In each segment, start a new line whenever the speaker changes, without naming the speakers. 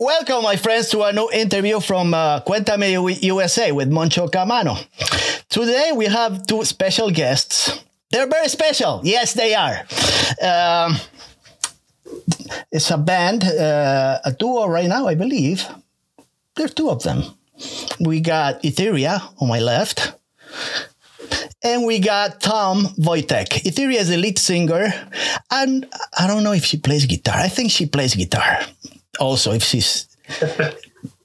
Welcome, my friends, to a new interview from uh, Cuéntame USA with Moncho Camano. Today we have two special guests. They're very special. Yes, they are. Um, it's a band, uh, a duo right now, I believe. There are two of them. We got Etheria on my left, and we got Tom Wojtek. Etheria is the lead singer, and I don't know if she plays guitar. I think she plays guitar. Also, if she's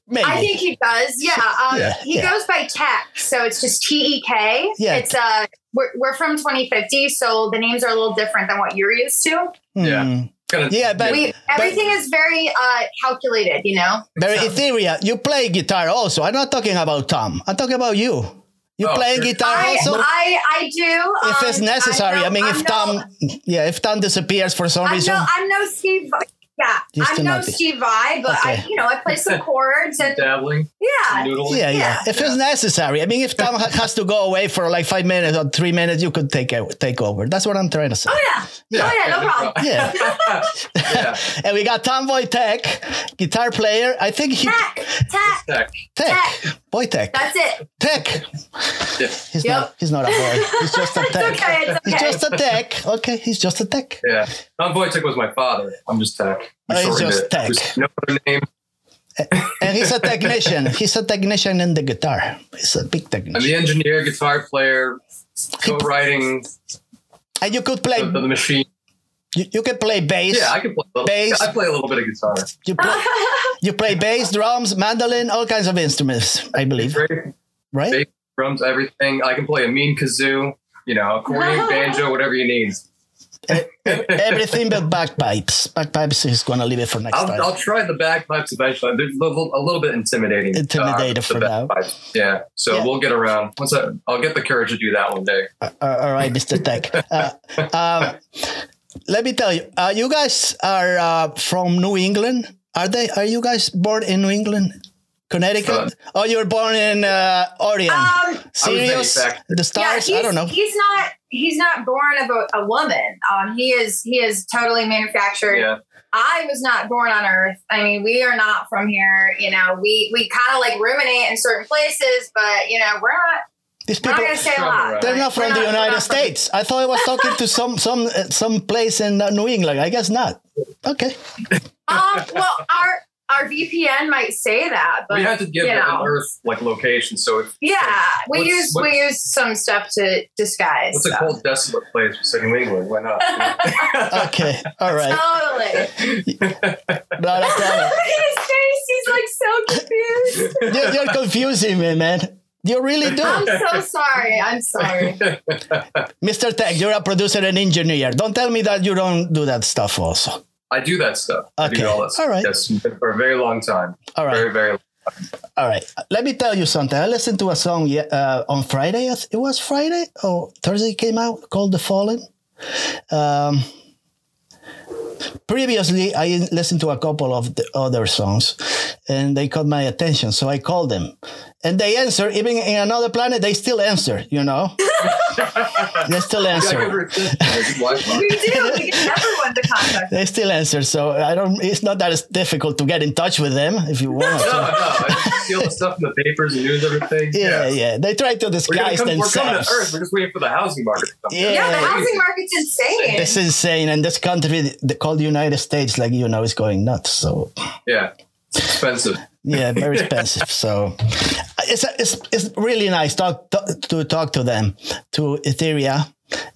maybe
I think he does. Yeah. Um,
Yeah,
he
yeah.
goes by Tech. So it's just T E K.
Yeah.
It's uh, we're, we're from 2050. So the names are a little different than what you're used to.
Yeah.
Hmm.
Gonna-
yeah, but
We, everything is very uh, calculated, you know?
Very
So-
ethereal. You play guitar also. I'm not talking about Tom. I'm talking about you. You
Oh,
play
sure.
guitar
I,
also
I, I do.
if
um,
it's necessary. I,
don't-
mean,
I'm
if
no-
Tom, yeah, if Tom disappears for some
I'm
reason,
no, I'm no Steve. Vi- Yeah,
Just to
I'm no
not be-
Steve Vai, but
Okay.
I, you know, I play some chords and
dabbling,
yeah,
noodling.
yeah, yeah,
yeah.
If it's necessary, I mean, if Tom ha- has to go away for like five minutes or three minutes, you could take o- take over. That's what I'm trying to say.
oh yeah, oh yeah, no problem.
Yeah.
yeah.
And we got Tom Wojtek, guitar player. I think he
Tech, tech,
Tech.
Tech Wojtek
that's it.
Tech.
Yeah.
He's
Yep.
not. He's not a boy. He's just a tech.
okay, it's
He's
okay.
just a tech. Okay, he's just a tech.
Yeah. Tom Wojcik was my father. I'm just Tech.
Oh, he's
Shortened
just
it.
Tech.
There's No other name.
and he's a technician. He's a technician in the guitar. He's a big
I'm
technician.
the engineer, guitar player, co-writing
And you could
the,
play.
the machine.
You, you can play bass.
Yeah, I can play. A little,
Bass.
I play a little bit of guitar.
You play, you play bass, drums, mandolin, all kinds of instruments. I believe,
Great
right?
bass. drums, everything. I can play a mean kazoo. You know, accordion, banjo, whatever you need.
Everything but bagpipes. Bagpipes is gonna leave it for next
I'll,
time.
I'll try the bagpipes eventually. They're a little, a little bit intimidating. Uh,
Intimidating
the
for now.
bagpipes. Yeah. So
Yeah.
we'll get around. Once I, I'll get the courage to do that one day.
Uh, all right, Mr. Tech. Uh, um, let me tell you, uh, you guys are uh, from New England. Are they? Are you guys born in New England, Connecticut? oh, you were born in uh, Orion,
Um,
Sirius,
manufactured.
the stars.
he's,
I don't know.
He's not. He's not born of a, a woman. Um, he is. He is totally manufactured.
Yeah.
I was not born on Earth. I mean, we are not from here. You know, we we kind of like ruminate in certain places, but you know, we're not.
These
We're
people.
not going to say a lot.
They're not
We're
from the
we're
United
not from-
States. I thought I was talking to some some uh, some place in uh, New England. I guess not. Okay.
Um, well, our our VPN might say that, but
we had to give
you
it an
know.
Earth like location. So if
yeah, we
What's-
use
what's-
we use some stuff to disguise.
what's a
so.
cold, desolate place? We said New England. Why not?
Okay. All right.
Totally.
Not a problem.
Look at his face. He's like so confused.
You're, you're confusing me, man. You really do.
I'm so sorry. I'm sorry.
Mr. Tech, you're a producer and engineer. Don't tell me that you don't do that stuff also.
I do that stuff. I
Okay.
do all that stuff.
All right.
Yes, for a very long time.
All right.
Very, very.
All right. Let me tell you something. I listened to a song ye- uh, on Friday. I th- It was Friday or Thursday it came out called The Fallen. Um, previously, I listened to a couple of the other songs and they caught my attention. So I called them and they answer. Even in another planet, they still answer, you know? they still
Yeah, I give
answer.
her a tip. I do Wi-Fi.
We do. We get everyone to contact.
They still answer. So I don't, it's not that it's difficult to get in touch with them if you want.
No, no. I just see all the stuff in the papers and news, everything.
Yeah, yeah, They try to
We're, gonna
disguise
come, we're
themselves.
coming to Earth. We're just waiting for the housing market to come.
Yeah.
Yeah, the
yeah.
housing market's insane.
It's insane, and this country, the called United States, like you know, is going nuts. So
Yeah. Expensive.
yeah, very expensive. So it's it's it's really nice talk, to, to talk to them, to Etheria,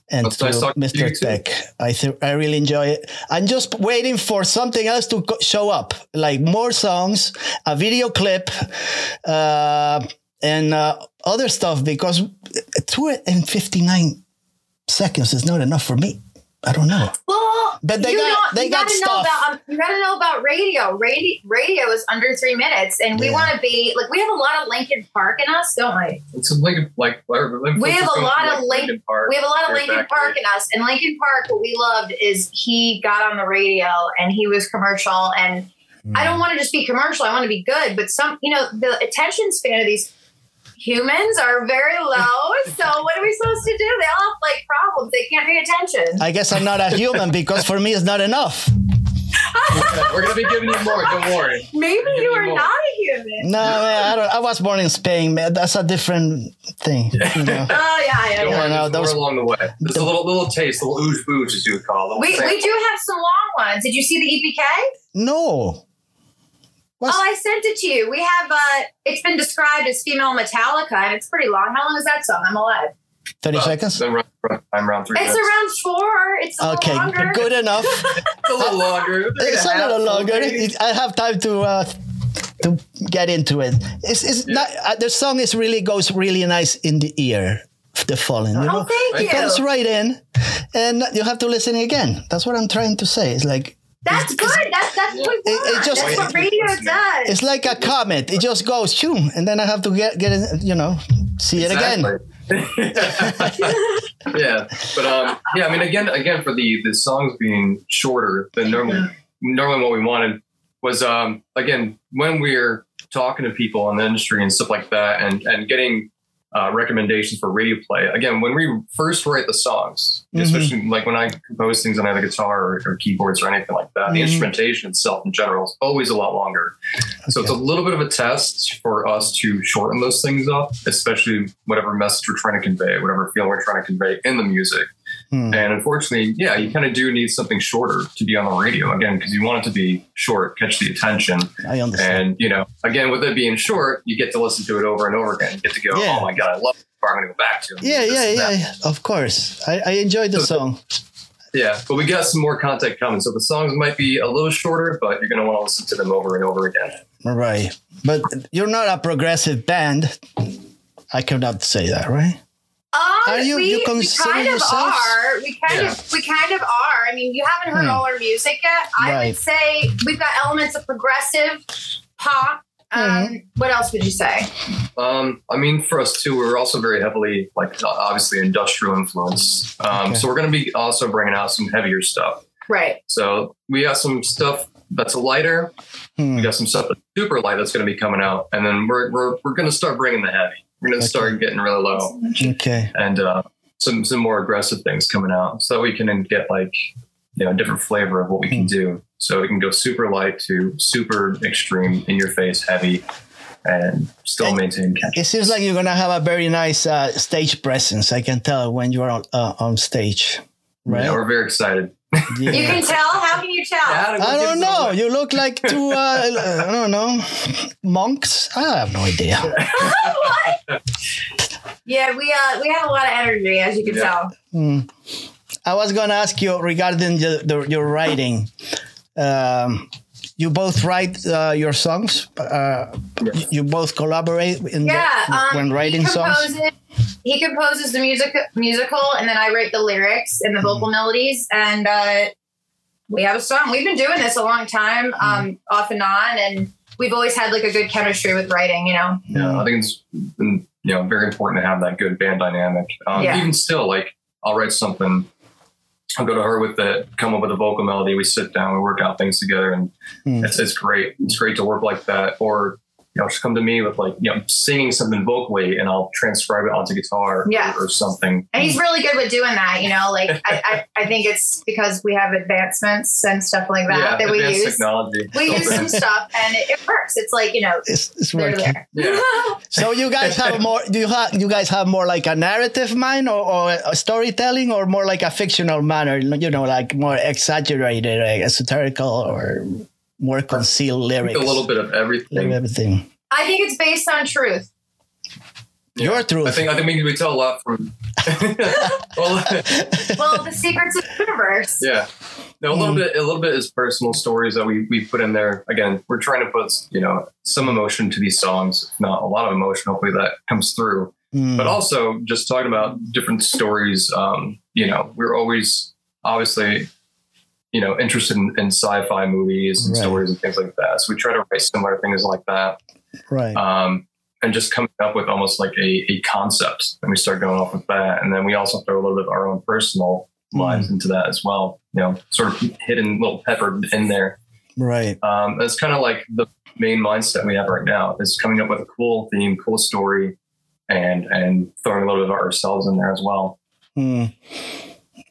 and
That's
to
nice talking to
Mr.
you too.
Tech. I th- I really enjoy it. I'm just waiting for something else to co- show up, like more songs, a video clip, uh, and uh, other stuff because two and fifty nine seconds is not enough for me. I don't know.
Well,
But they
you
got-
know-
they
you
got
gotta
stuff.
Know about, um, you got to know about radio. radio. Radio is under three minutes, and we
Yeah.
want to be like we have a lot of Lincoln Park in us, don't we?
It's a Lincoln, like, whatever. Lincoln-
We have a lot
like
of Lin-
Lincoln Park.
We have a lot of
Fair
Lincoln
factory.
Park in us, and Lincoln Park. What we loved is he got on the radio and he was commercial, and I don't want to just be commercial. I want to be good, but some, you know, the attention span of these humans are very low. so what are we supposed to do? They all have like problems. They can't pay attention.
I guess I'm not a human because for me it's not enough.
We're gonna be giving you more. Don't worry.
Maybe you are
Anymore.
not a human.
No, man, I, don't, I was born in Spain, man. That's a different thing. You know?
Oh yeah, yeah.
Don't
yeah.
Yeah,
worry.
no,
there's
those-
more along the way. There's a little little taste, little ooze booze as you would call it.
We, we do have some long ones. Did you see the EPK?
No. What's,
Oh, I sent it to you. We have uh it's been described as female Metallica and it's pretty long. How long is that song? I'm alive.
30 seconds?
I'm around, I'm around three.
It's
minutes.
around four. It's a
Okay,
little longer.
good enough.
It's a little longer.
It's a little longer.
It's
It- I have time to uh, to get into it. It's, it's
Yeah.
not, uh, the song is really goes really nice in the ear. The falling, you
Oh,
know,
thank
It
you.
comes right in, and you have to listen again. That's what I'm trying to say. It's like
That's good. That's that's what we
It- it
want.
just-
that's what radio does.
it's like a comet. It just goes choom, and then I have to get get it, you know see it again.
yeah, but um, yeah. I mean, again, again, for the the songs being shorter than normally, normally what we wanted was um, again when we're talking to people in the industry and stuff like that, and and getting uh, recommendations for radio play. Again, when we first write the songs,
Mhm.
especially like when I compose things on either guitar or, or keyboards or anything like that, the
Mhm.
instrumentation itself in general is always a lot longer. So it's a little bit of a test for us to shorten those things up, especially whatever message we're trying to convey, whatever feeling we're trying to convey in the music.
Hmm.
And unfortunately, yeah, you kind of do need something shorter to be on the radio again because you want it to be short, catch the attention,
I understand.
and you know, again, with it being short, you get to listen to it over and over again. You get to go,
Yeah.
oh my god, I love. It. I'm going to go back to it.
yeah,
This
yeah,
and that.
yeah, yeah. Of course, I, I enjoyed the
So-
song.
Yeah, but we got some more content coming, so the songs might be a little shorter, but you're going to want to listen to them over and over again.
Right, but you're not a progressive band. I cannot say that, right?
Um,
Are you-
we,
you
we
consider
kind of
yourselves-
are. We kind
Yeah.
of we kind of are. I mean, you haven't heard
Hmm.
all our music yet. I
Right.
would say we've got elements of progressive pop. Um,
Mm-hmm.
What else would you say?
Um, I mean, for us too, we're also very heavily, like, o- obviously industrial influence. Um,
Okay.
So we're going to be also bringing out some heavier stuff.
Right.
So we got some stuff that's lighter.
Hmm.
We got some stuff that's super light that's going to be coming out, and then we're we're we're going to start bringing the heavy. We're going to
Okay.
start getting really low
Okay.
and uh, some some more aggressive things coming out, so that we can get like you know a different flavor of what we
Hmm.
can do. So we can go super light to super extreme, in your face, heavy, and still
And-
maintain catch.
It seems like you're gonna have a very nice uh, stage presence. I can tell when you are on, uh, on stage,
Yeah,
right?
we're very excited.
Yeah.
You can tell. How can you tell?
I don't know. You look like two. Uh, I don't know, monks. I have no idea.
Yeah, we uh we have a lot of energy, as you can
Yeah.
tell.
Hmm. I was gonna ask you regarding the, the, your writing. Um, you both write uh, your songs. Uh,
Yes.
You both collaborate in the-
Yeah. Um,
when
he
writing songs.
composes- He composes the music musical, and then I write the lyrics and the
Mm-hmm.
vocal melodies. And uh, we have a song. We've been doing this a long time,
Mm-hmm.
um, off and on, and we've always had like a good chemistry with writing. You know,
Yeah, I think it's mm, you know very important to have that good band dynamic. Um,
Yeah.
Even still, like I'll write something, I'll go to her with it, come up with a vocal melody. We sit down, we work out things together, and
Mm.
it's it's great. It's great to work like that. Or you know, she'll come to me with like you know singing something vocally, and I'll transcribe it onto guitar
Yeah.
or, or something.
and
Mm.
he's really good with doing that. You know, like I, I, I think it's because we have advancements and stuff like that that we
advanced
use.
technology.
We use some
Something.
stuff, and it, it works. It's like you know,
It's, it's
they're
working.
there.
Yeah.
So you guys have more? Do you have you guys have more like a narrative mind or, or a storytelling, or more like a fictional manner? You know, like more exaggerated, like esoterical, or more concealed lyrics.
a little bit of
Like
everything.
everything.
I think it's based on truth.
Your truth.
I think I think we, we tell a lot from. well,
Well, the secrets of the universe.
Yeah. No, a little
Mm.
bit. A little bit is personal stories that we we put in there. Again, we're trying to put you know some emotion to these songs, not a lot of emotion. Hopefully that comes through.
Mm.
But also just talking about different stories. Um, you know, we're always obviously you know interested in, in sci-fi movies and
Right.
stories and things like that. So we try to write similar things like that.
right.
Um, and just coming up with almost like a, a concept, and we start going off with that, and then we also throw a little bit of our own personal lives into that as well. You know, sort of hidden little pepper in there.
right.
Um, that's kind of like the main mindset we have right now is coming up with a cool theme, cool story, and and throwing a little bit of ourselves in there as well.
Mm. Hmm.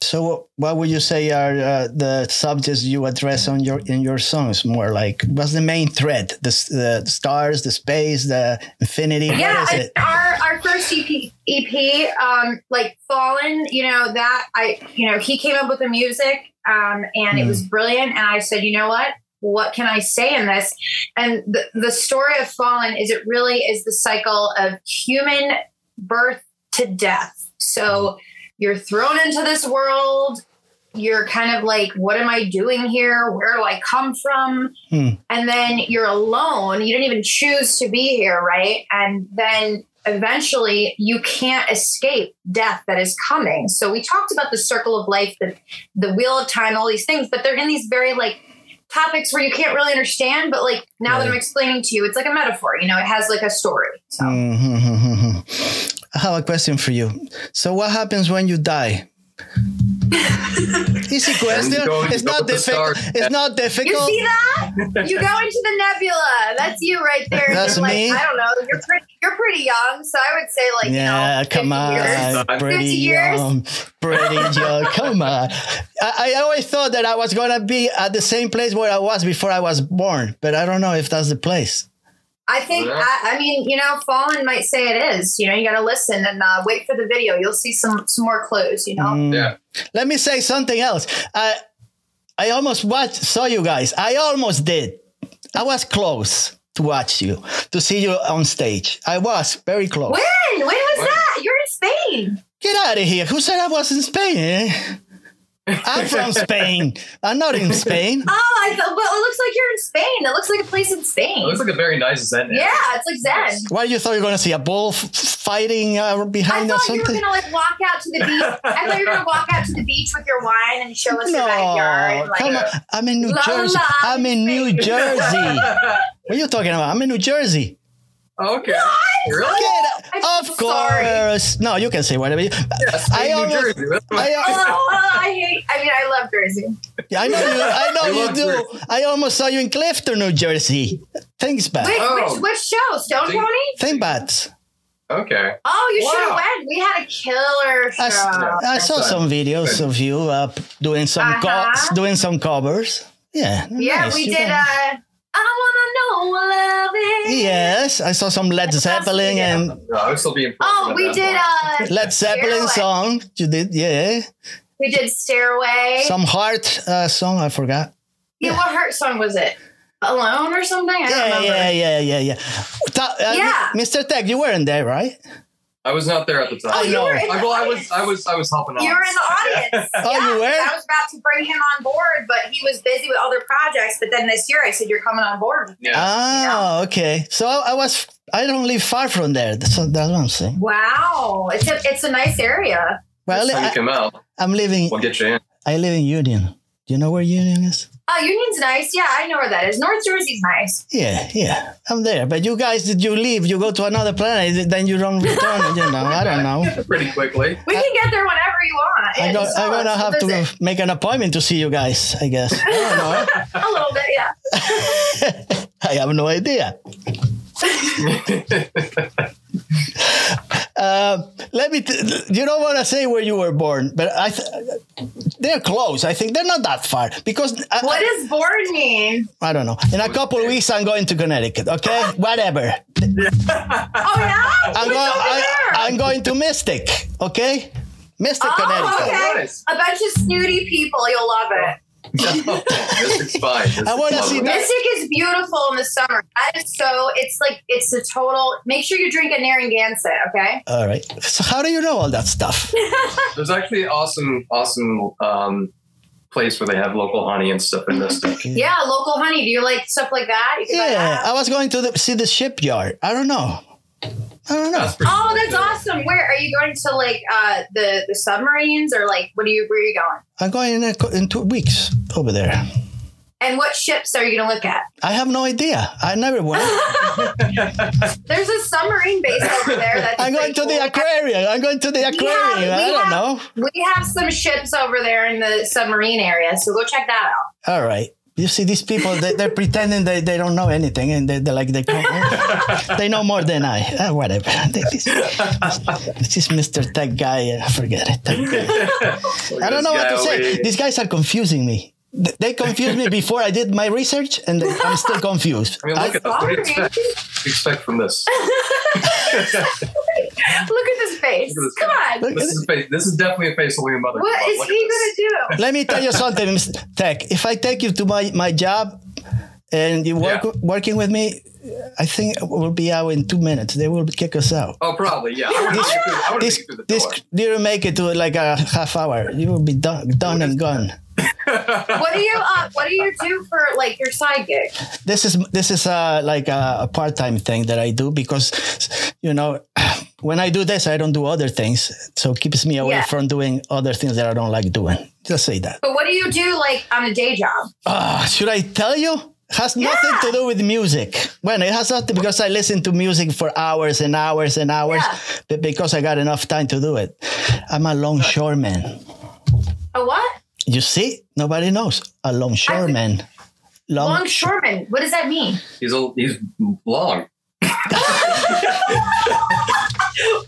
So, what would you say are uh, the subjects you address on your in your songs? More like what's the main thread? The, the stars, the space, the infinity. what
yeah,
is
I-
it?
our our first E EP, EP um, like Fallen, you know that I, you know, he came up with the music, um, and it was
Mm.
brilliant. And I said, you know what? What can I say in this? And the the story of Fallen is it really is the cycle of human birth to death. So you're thrown into this world. You're kind of like, what am I doing here? Where do I come from? and then you're alone. You didn't even choose to be here, right? And then eventually you can't escape death that is coming. So we talked about the circle of life, the the wheel of time, all these things, but they're in these very like topics where you can't really understand. But like now that I'm explaining to you, it's like a metaphor. You know, it has like a story. So
Mhm. I have a question for you. So, what happens when you die? Easy question.
go- you
It's
go
not
with the
difficult.
stars.
It's not
you
difficult.
see that? You go into the nebula. That's you right there.
That's
you're like,
me.
I don't know. You're pretty. You're pretty young, so I would say like
Yeah,
you know,
come
50
on,
years.
Fifty
pretty
years?
young, pretty young. Come on, I, I always thought that I was gonna be at the same place where I was before I was born, but I don't know if that's the place.
I think,
Yeah.
I, I mean, you know, Fallen might say it is. You know, you got to listen and uh, wait for the video. You'll see some some more clues. You know,
Mm.
Yeah.
Let me say something else. I I almost watched saw you guys. I almost did. I was close to watch you, to see you on stage. I was very close.
when when was
When?
that? You're in Spain.
Get out of here. Who said I was in Spain? eh? I'm from Spain. I'm not in Spain.
Oh, I thought. Well, it looks like you're in Spain. It looks like a place in Spain.
It looks like a very nice Zen.
yeah, it's like Zen.
Why you thought you were gonna see a bull f- fighting uh,
I
behind
thought
us?
you were
Something?
gonna like walk out to the beach. I thought you were gonna walk out to the beach with your wine and show us your backyard.
No,
and, like,
come on. I'm in New
La, la,
Jersey.
la,
I'm in New
Spain.
Jersey. What are you talking about? I'm in New Jersey.
okay. Really?
Get
I'm
out.
so
Of
sorry.
course. No, you can say whatever. You, I
New
almost.
Jersey. That's what-
I, al-
Oh, I hate. I mean, I love Jersey.
I know you. I know
We
you
love
do.
Jersey.
I almost saw you in Clifton, New Jersey. Thanks,
Wait,
bad.
Oh.
which, which show? Stone
Think-
Pony?
Think bats.
okay.
Oh, you should
Wow.
have went. We had a killer
I, s-
show.
I saw
Good.
some videos of you uh, p- doing some
Uh-huh.
covers, doing some covers. Yeah.
Yeah,
nice.
we
You
did.
can-
Uh, I wanna know love it.
yes, I saw some Led
That's the
Zeppelin
video.
and
No, I would still be impressed
Oh,
with
we
that
did.
one.
Uh,
Led Zeppelin
Stairway.
song. You did, yeah.
We did Stairway.
Some heart uh, song. I forgot.
yeah, what hurt song was it? Alone or something? I don't
Yeah,
remember.
yeah, yeah, yeah, yeah. Ta- uh,
Yeah.
Mr. Tech, you weren't there, right?
I was not there at the time.
Oh,
I
you
know.
were in the
I, well, I was,
audience.
I was, I was helping out.
You were in the audience.
Oh,
Yeah,
you were?
I was about to bring him on board, but he was busy with other projects. But then this year, I said, "You're coming on board."
Yeah.
Oh, okay. So I, I was. I don't live far from there. So that's what I'm saying.
Wow, it's a it's a nice area.
Well,
Next time you
I,
come out,
I'm living.
we'll get you in.
I live in Union. Do you know where Union is?
Oh, Union's nice. Yeah, I know where that is. North Jersey's nice.
Yeah, yeah, I'm there. But you guys, did you leave? You go to another planet, then you don't return. You know, I don't know.
Pretty quickly.
We can get there whenever you want.
I go,
It's
I'm gonna
us
have to
visit.
make an appointment to see you guys. I guess. I don't know.
a little bit, yeah.
I have no idea. Uh, let me. T- you don't want to say where you were born, but I. Th- they're close. I think they're not that far because I,
What does born mean?
I don't know. In a couple of weeks, I'm going to Connecticut. Okay, whatever.
Oh yeah,
I'm,
What's
go-
over
I,
there?
I'm going to Mystic. Okay, Mystic,
oh,
Connecticut.
okay.
Nice.
A bunch of snooty people. You'll love it.
Mystic's fine.
I wanna
Mystic's
see
lovely.
that.
Mystic is beautiful in the summer. That is so. It's like it's a total. Make sure you drink a Narragansett. Okay.
All right. So how do you know all that stuff?
There's actually an awesome, awesome um, place where they have local honey and stuff in Mystic.
Yeah, local honey. Do you like stuff like that? You can buy
Yeah,
that.
I was going to the, see the shipyard. I don't know. I don't know.
That's pretty
Oh,
cool,
that's
too.
awesome. Where are you going to? Like uh, the the submarines, or like what are you? Where are you going?
I'm going in, a, co- in two weeks over there.
And what ships are you going to look at?
I have no idea. I never went.
There's a submarine base over there. That's
I'm going to
pretty cool.
the aquarium. I'm going to the aquarium.
we
I don't
have-
know.
We have some ships over there in the submarine area, so go check that out.
All right. You see these people, they, they're pretending they, they don't know anything, and they, they're like they come- they know more than I. Ah, whatever. This, this is Mr. Tech guy. uh, Forget it. Tech guy. I don't know what to say. These guys are confusing me. Th- They confused me before I did my research, and they- I'm still confused.
I mean,
I-
look at us. What do you
Sorry.
expect? What do you expect from this?
Look at this face.
Look at this
Come on.
Look
This
at
is, face, this is definitely a face of William Mother.
What is
Look at
he
this.
going to do?
let me tell you something, Mr. Tech. If I take you to my, my job and you work
Yeah.
working with me, I think we'll be out in two minutes. They will kick us out.
Oh, probably, yeah. I would
This-
make it through- I would make
This
it through the
this
door.
didn't make it to like a half hour. You will be done done and gone.
What do you uh, What do you do for like your side gig?
This is this is uh, like a, a part time thing that I do because you know when I do this I don't do other things, so it keeps me away
Yeah.
from doing other things that I don't like doing. Just say that.
But what do you do like on a day job?
Ah, should I tell you? Has nothing
Yeah.
to do with music. Well, it has nothing because I listen to music for hours and hours and hours
Yeah.
but because I got enough time to do it. I'm a longshoreman.
A what?
You see, nobody knows. A longshoreman. Long,
Longshoreman. What does that mean?
he's a, he's long,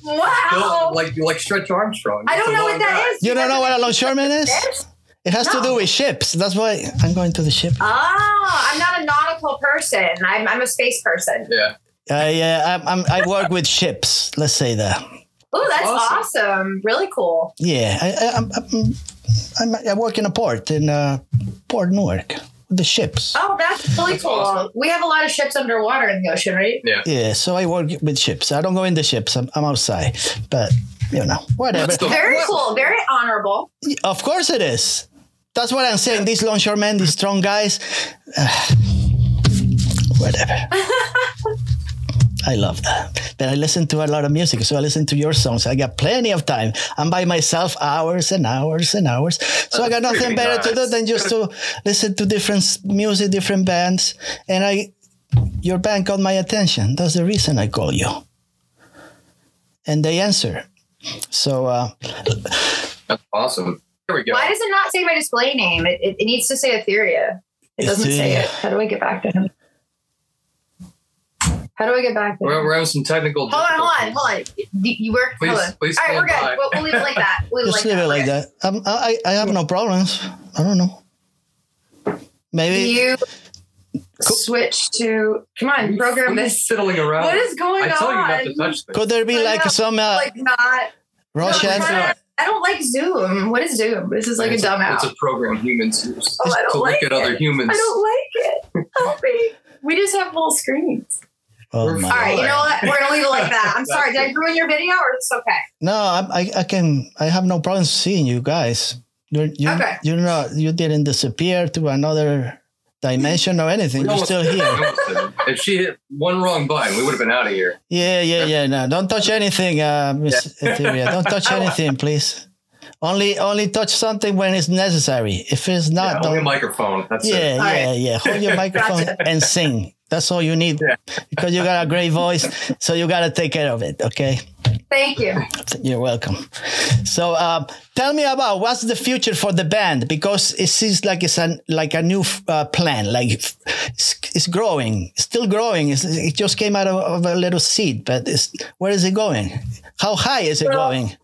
Wow.
like like Stretch Armstrong.
Oh. I don't
He's a
know what
long
that
guy.
is.
you don't know what a longshoreman is? It has to do
No.
with ships. That's why I'm going to the ship.
Ah, I'm not a nautical person. I'm, I'm a space person.
Yeah,
I, uh, I'm, I'm, I work with ships. Let's say that.
Oh, that's awesome.
Awesome.
Really cool.
Yeah, I, I, I'm, I'm, I'm, I work in a port in uh, Port Newark with the ships.
Oh, that's really
That's
cool.
awesome.
We have a lot of ships underwater in the ocean, right?
yeah.
Yeah, so I work with ships. I don't go in the ships. I'm, I'm outside, but you know, whatever.
That's the-
Very
What-
cool. Very honorable.
of course it is. That's what I'm saying. These longshoremen, these strong guys, ah, whatever. I love that. But I listen to a lot of music, so I listen to your songs. I got plenty of time. I'm by myself hours and hours and hours. So I got
That's
nothing
pretty
better to do
nice.
than just to listen to different s- music, different bands. And I, your band got my attention. That's the reason I call you. And they answer. So uh,
That's awesome. Here we go.
Why does it not say my display name? It, it, it needs to say Etheria. It doesn't say
Etheria.
it. How do I get back to him? How do I get back to him?
We're, we're having some technical.
Hold on, hold on,
difficulties.
hold on. You, you work.
Please-
hold on.
please
All right, we're
stand
good.
by.
We'll, we'll leave it like that. We'll
just leave it like that. Um, I, I I have no problems. I don't know.
Do
Maybe
you switch to? Come on,
You-
program
what are you
this.
Fiddling around.
What is going
I tell you
on?
not to touch this.
could there be
I
like
know,
some uh,
like not. no,
Russian?
it's not- I don't like Zoom. What is Zoom? This is like a
it's
dumb app.
It's
I
a program humans use
Oh, I don't
to
like
look at other
it.
humans.
I don't like it. Help me. We just have full screens.
oh
We're
my!
All right, you know what? We're gonna leave it like that. I'm
That's
sorry. Did I
good.
ruin your video or it's okay?
No, I'm, I I can I have no problems seeing you guys. You're you
Okay.
you're not you didn't disappear to another dimension or anything.
We
You're
almost
still
did.
here.
We almost did. If she hit one wrong button, we would have been out of here.
Yeah, yeah, yeah. No, don't touch anything, uh, Miss Etheria. Don't touch
I won't.
anything, please. Only only touch something when it's necessary. If it's
Yeah,
not, don't
only a microphone. That's
Yeah,
it.
yeah,
All right.
yeah. Hold your microphone and sing. That's all you need
Yeah.
because you got a great voice. So you got to take care of it. Okay.
Thank you.
You're welcome. So um, tell me about what's the future for the band because it seems like it's an, like a new uh, plan. Like it's, it's growing, it's still growing. It's, it just came out of, of a little seed, but it's, where is it going? How high is it
Well,
going?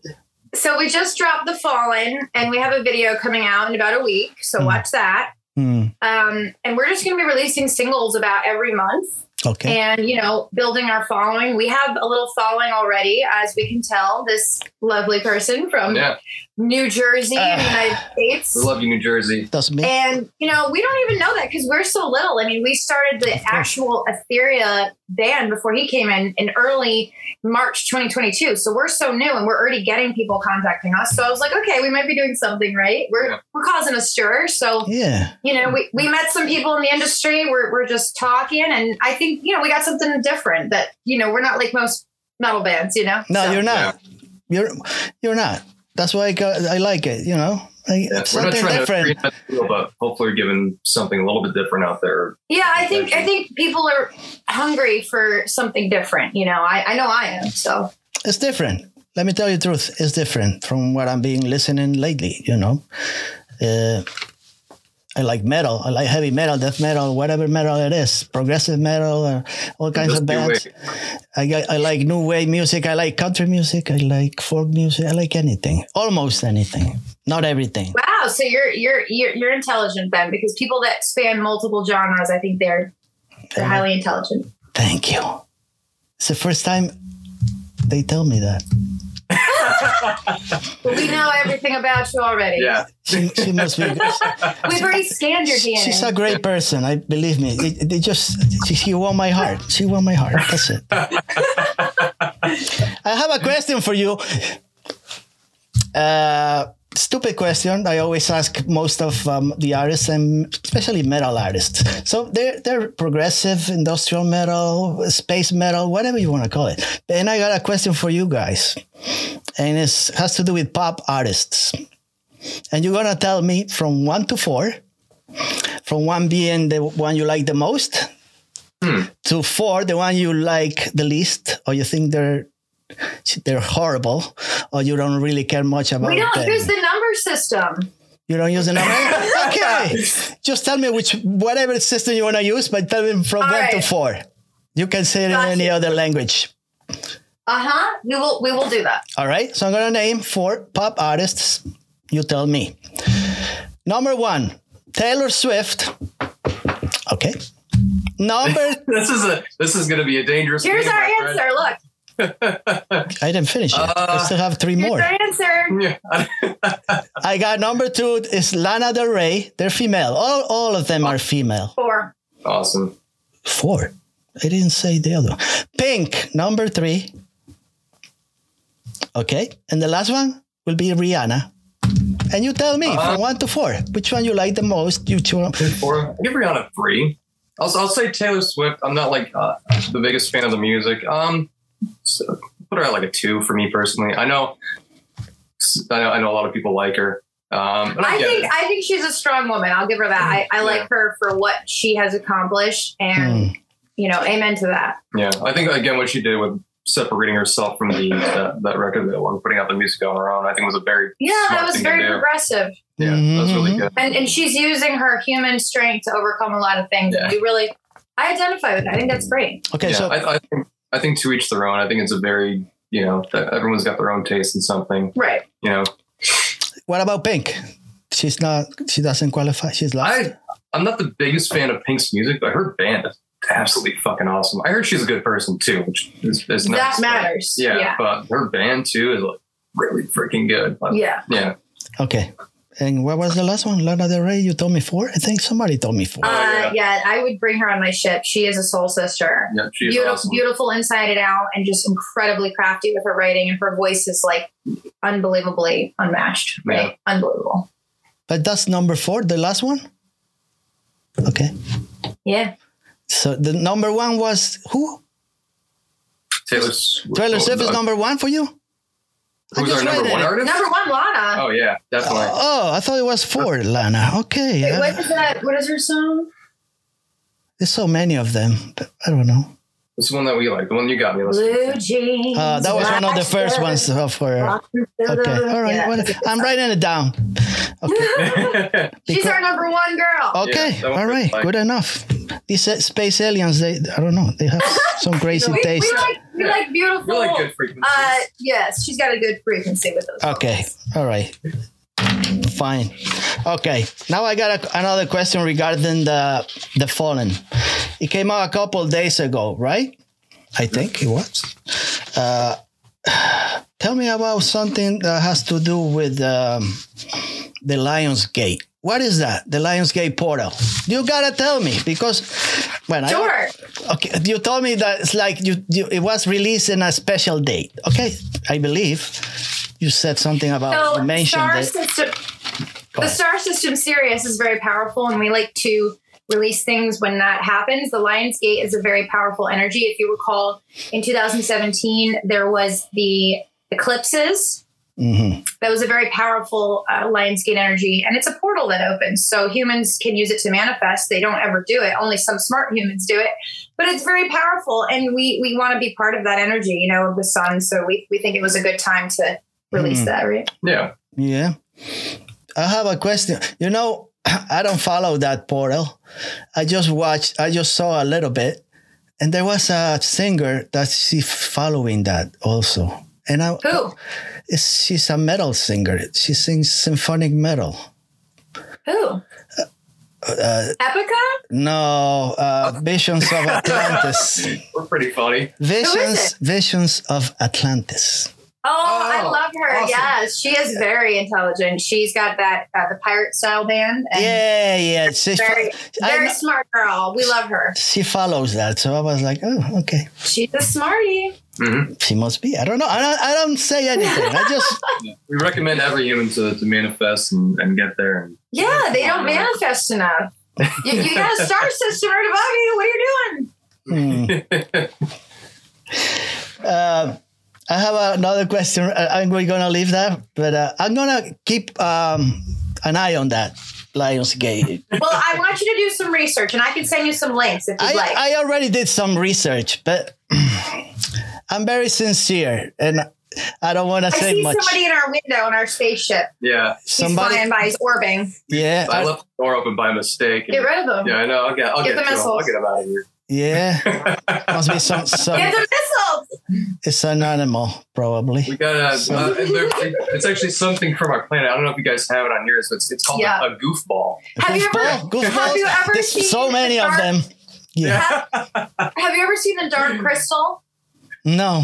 So we just dropped The Fallen and we have a video coming out in about a week. So
Hmm.
watch that.
Hmm.
Um, and we're just going to be releasing singles about every month
Okay.
and, you know, building our following. We have a little following already, as we can tell, this lovely person from
Yeah. Uh,
New Jersey in the
Ah.
United
We
States.
love you, New Jersey.
That's me.
And, you know, we don't even know that because we're so little. I mean, we started the actual Etheria band before he came in in early March 2022. So we're so new and we're already getting people contacting us. So I was like, okay, we might be doing something right. We're,
Yeah.
we're causing a stir. So,
Yeah.
you know, we, we met some people in the industry. We're, we're just talking. And I think, you know, we got something different that, you know, we're not like most metal bands, you know?
No,
So-
you're not. You're you're not. That's why I, got, I like it. You know, I,
Yeah, We're not
something
trying
different.
to reinvent the wheel, but hopefully we're giving something a little bit different out there.
Yeah, I think I think people are hungry for something different. You know, I, I know I am. So
it's different. Let me tell you the truth. It's different from what I'm being listening lately. You know, uh, I like metal. I like heavy metal, death metal, whatever metal it is, progressive metal, or all kinds
Just
of
do
bands.
it.
I, got- I like new wave music. I like country music. I like folk music. I like anything, almost anything, not everything.
Wow, so you're you're you're, you're intelligent then, because people that span multiple genres, I think they're they're highly intelligent.
Thank you. It's the first time they tell me that.
But we know everything about you already.
Yeah.
She, she must be.
We've already scanned your DNA.
She's a great person. I believe me. It, it just she, she won my heart. She won my heart. That's it. I have a question for you. Uh, stupid question. I always ask most of um, the artists, and especially metal artists. So they're they're progressive, industrial metal, space metal, whatever you want to call it. And I got a question for you guys, and it has to do with pop artists. And you're gonna tell me from one to four from one being the one you like the most to four the one you like the least or you think they're they're horrible or you don't really care much about
we don't
them.
use the number system.
you don't use the number okay just tell me which whatever system you want to use but tell me from
All
one to
right.
four you can say it in any
Gotcha.
other language
Uh huh. We will we will do that.
all right so i'm gonna name four pop artists you tell me number one taylor swift okay number
This is a this is gonna be a dangerous
Here's
game,
our
my
answer.
friend.
Look,
I didn't finish it. I still have three
here's
more.
our answer.
Yeah.
I got number two is Lana Del Rey. They're female. All all of them are female.
Four.
awesome.
Four. I didn't say the other. one. Pink number three. Okay, and the last one will be Rihanna. And you tell me from one to four which one you like the most. You two.
Or give Rihanna three. I'll, I'll say Taylor Swift. I'm not like uh, the biggest fan of the music. Um, so put her at like a two for me personally. I know, I know, I know a lot of people like her. Um, but I,
I
get
think
it.
I think she's a strong woman. I'll give her that. I, I
Yeah.
like her for what she has accomplished, and
Hmm.
you know, amen to that.
yeah, I think again what she did with separating herself from the that, that record label and putting out the music on her own, I think was a very
Yeah, that
Smart
was
thing to
very
do.
progressive.
yeah, that was
Mm-hmm.
really good.
and and she's using her human strength to overcome a lot of things.
Yeah.
And we really, I identify with. That. I think that's great.
Okay,
yeah,
so
I, I think I think to each their own. I think it's a very you know that everyone's got their own taste in something.
Right.
You know,
what about Pink? She's not. She doesn't qualify. She's last.
I I'm not the biggest fan of Pink's music, but her band is absolutely fucking awesome. I heard she's a good person too, which is, is nice,
that
but-
matters.
Yeah,
Yeah.
but her band too is like really freaking good. Like,
Yeah.
Oh, yeah.
okay. And what was the last one? Lana Del Rey. You told me four. I think somebody told me four.
Oh,
Uh,
yeah.
yeah, I would bring her on my ship. She is a soul sister.
Yeah, she's
Beautiful,
awesome.
beautiful inside and out, and just incredibly crafty with her writing, and her voice is like unbelievably unmatched. Right, unbelievable.
But that's number four, the last one. Okay.
Yeah,
So the number one was who?
Taylor Swift.
Taylor Swift is
Oh,
number one for you? I
Who's
just
our number
read
one
it.
artist?
number one, Lana.
Oh yeah, definitely.
Oh, I thought it was four, Lana. Okay.
Wait,
yeah.
what is that? What is her song?
There's so many of them. but I don't know.
this is the one that we like, the one you got me. Let's-
Blue jeans.
Uh, that was one of the
black
first
shirt,
ones of her.
rock and roll.
Okay. All right.
Yeah.
what- I'm writing it down. Okay.
She's our number one girl.
Okay.
Yeah, that one
All
was
right.
like-
Good enough. These uh, space aliens, they, I don't know, they have some crazy
we,
taste.
We like, we like beautiful.
really good frequencies.
Uh, yes, she's got a good frequency with those.
Okay. All right. Fine. Okay. Now I got a, another question regarding the the fallen. It came out a couple days ago, right? I think it was. Uh, tell me about something that has to do with um, the Lions Gate. What is that? The Lions Gate portal. You gotta tell me because when I
Sure.
Okay, you told me that it's like you, you it was released in a special date. Okay, I believe you said something about you
So
mentioned
star
it.
system,
Go
the
ahead.
star system Sirius is very powerful, and we like to release things when that happens. The Lion's Gate is a very powerful energy. If you recall, in 2017 there was the eclipses.
Mhm.
that was a very powerful uh, Lionsgate energy, and it's a portal that opens. So humans can use it to manifest. They don't ever do it. Only some smart humans do it, but it's very powerful, and we we want to be part of that energy, you know, of the sun. So we we think it was a good time to release
Mm.
that, right?
yeah.
Yeah, I have a question. You know, I don't follow that portal. I just watched. I just saw a little bit, and there was a singer that she following that also. And I,
Who?
it's, she's a metal singer. She sings symphonic metal. Uh,
Who? Epica?
No, uh, Visions of Atlantis.
We're pretty funny.
Visions,
it?
Visions of Atlantis.
Oh, I
Oh,
love her.
awesome.
Yes, she is very intelligent. She's got that uh, the pirate style band. And
Yeah, yeah. She, fo-
Very,
I
very
kn-
smart girl. We love her.
she follows that, so I was like, oh, okay.
She's a smarty.
Mhm.
She must be. I don't know. I don't. I don't say anything. I just.
We recommend every human to, to manifest and, and get there.
Yeah, they don't manifest enough. You, you got a star system right above you. What are you doing?
hmm. Uh, I have another question. Uh, and we're gonna leave that, but uh, I'm gonna keep um, an eye on that Lionsgate.
Well, I want you to do some research, and I can send you some links if you'd
I,
like.
I already did some research, but I'm very sincere and I don't want to
I
say
see
much.
somebody in our window in our spaceship.
Yeah.
He's flying by. He's orbiting.
yeah,
I
I-
left the door open by mistake.
Get rid of him.
yeah, I know. I'll get, I'll
Get
get,
the
to 'em. I'll
missiles.
get them out of here.
yeah. Must be some, some.
Get the missiles.
It's an animal,
We
probably.
got uh,
So-
uh, there, it's actually something from our planet. I don't know if you guys have it on yours, but it's, it's called a-
Yeah.
a, goofball.
Have you ever?
Goofball, goofballs.
Have you ever
There's
seen
so many of
dark-
them. Yeah.
Have you ever seen the Dark Crystal?
No.
All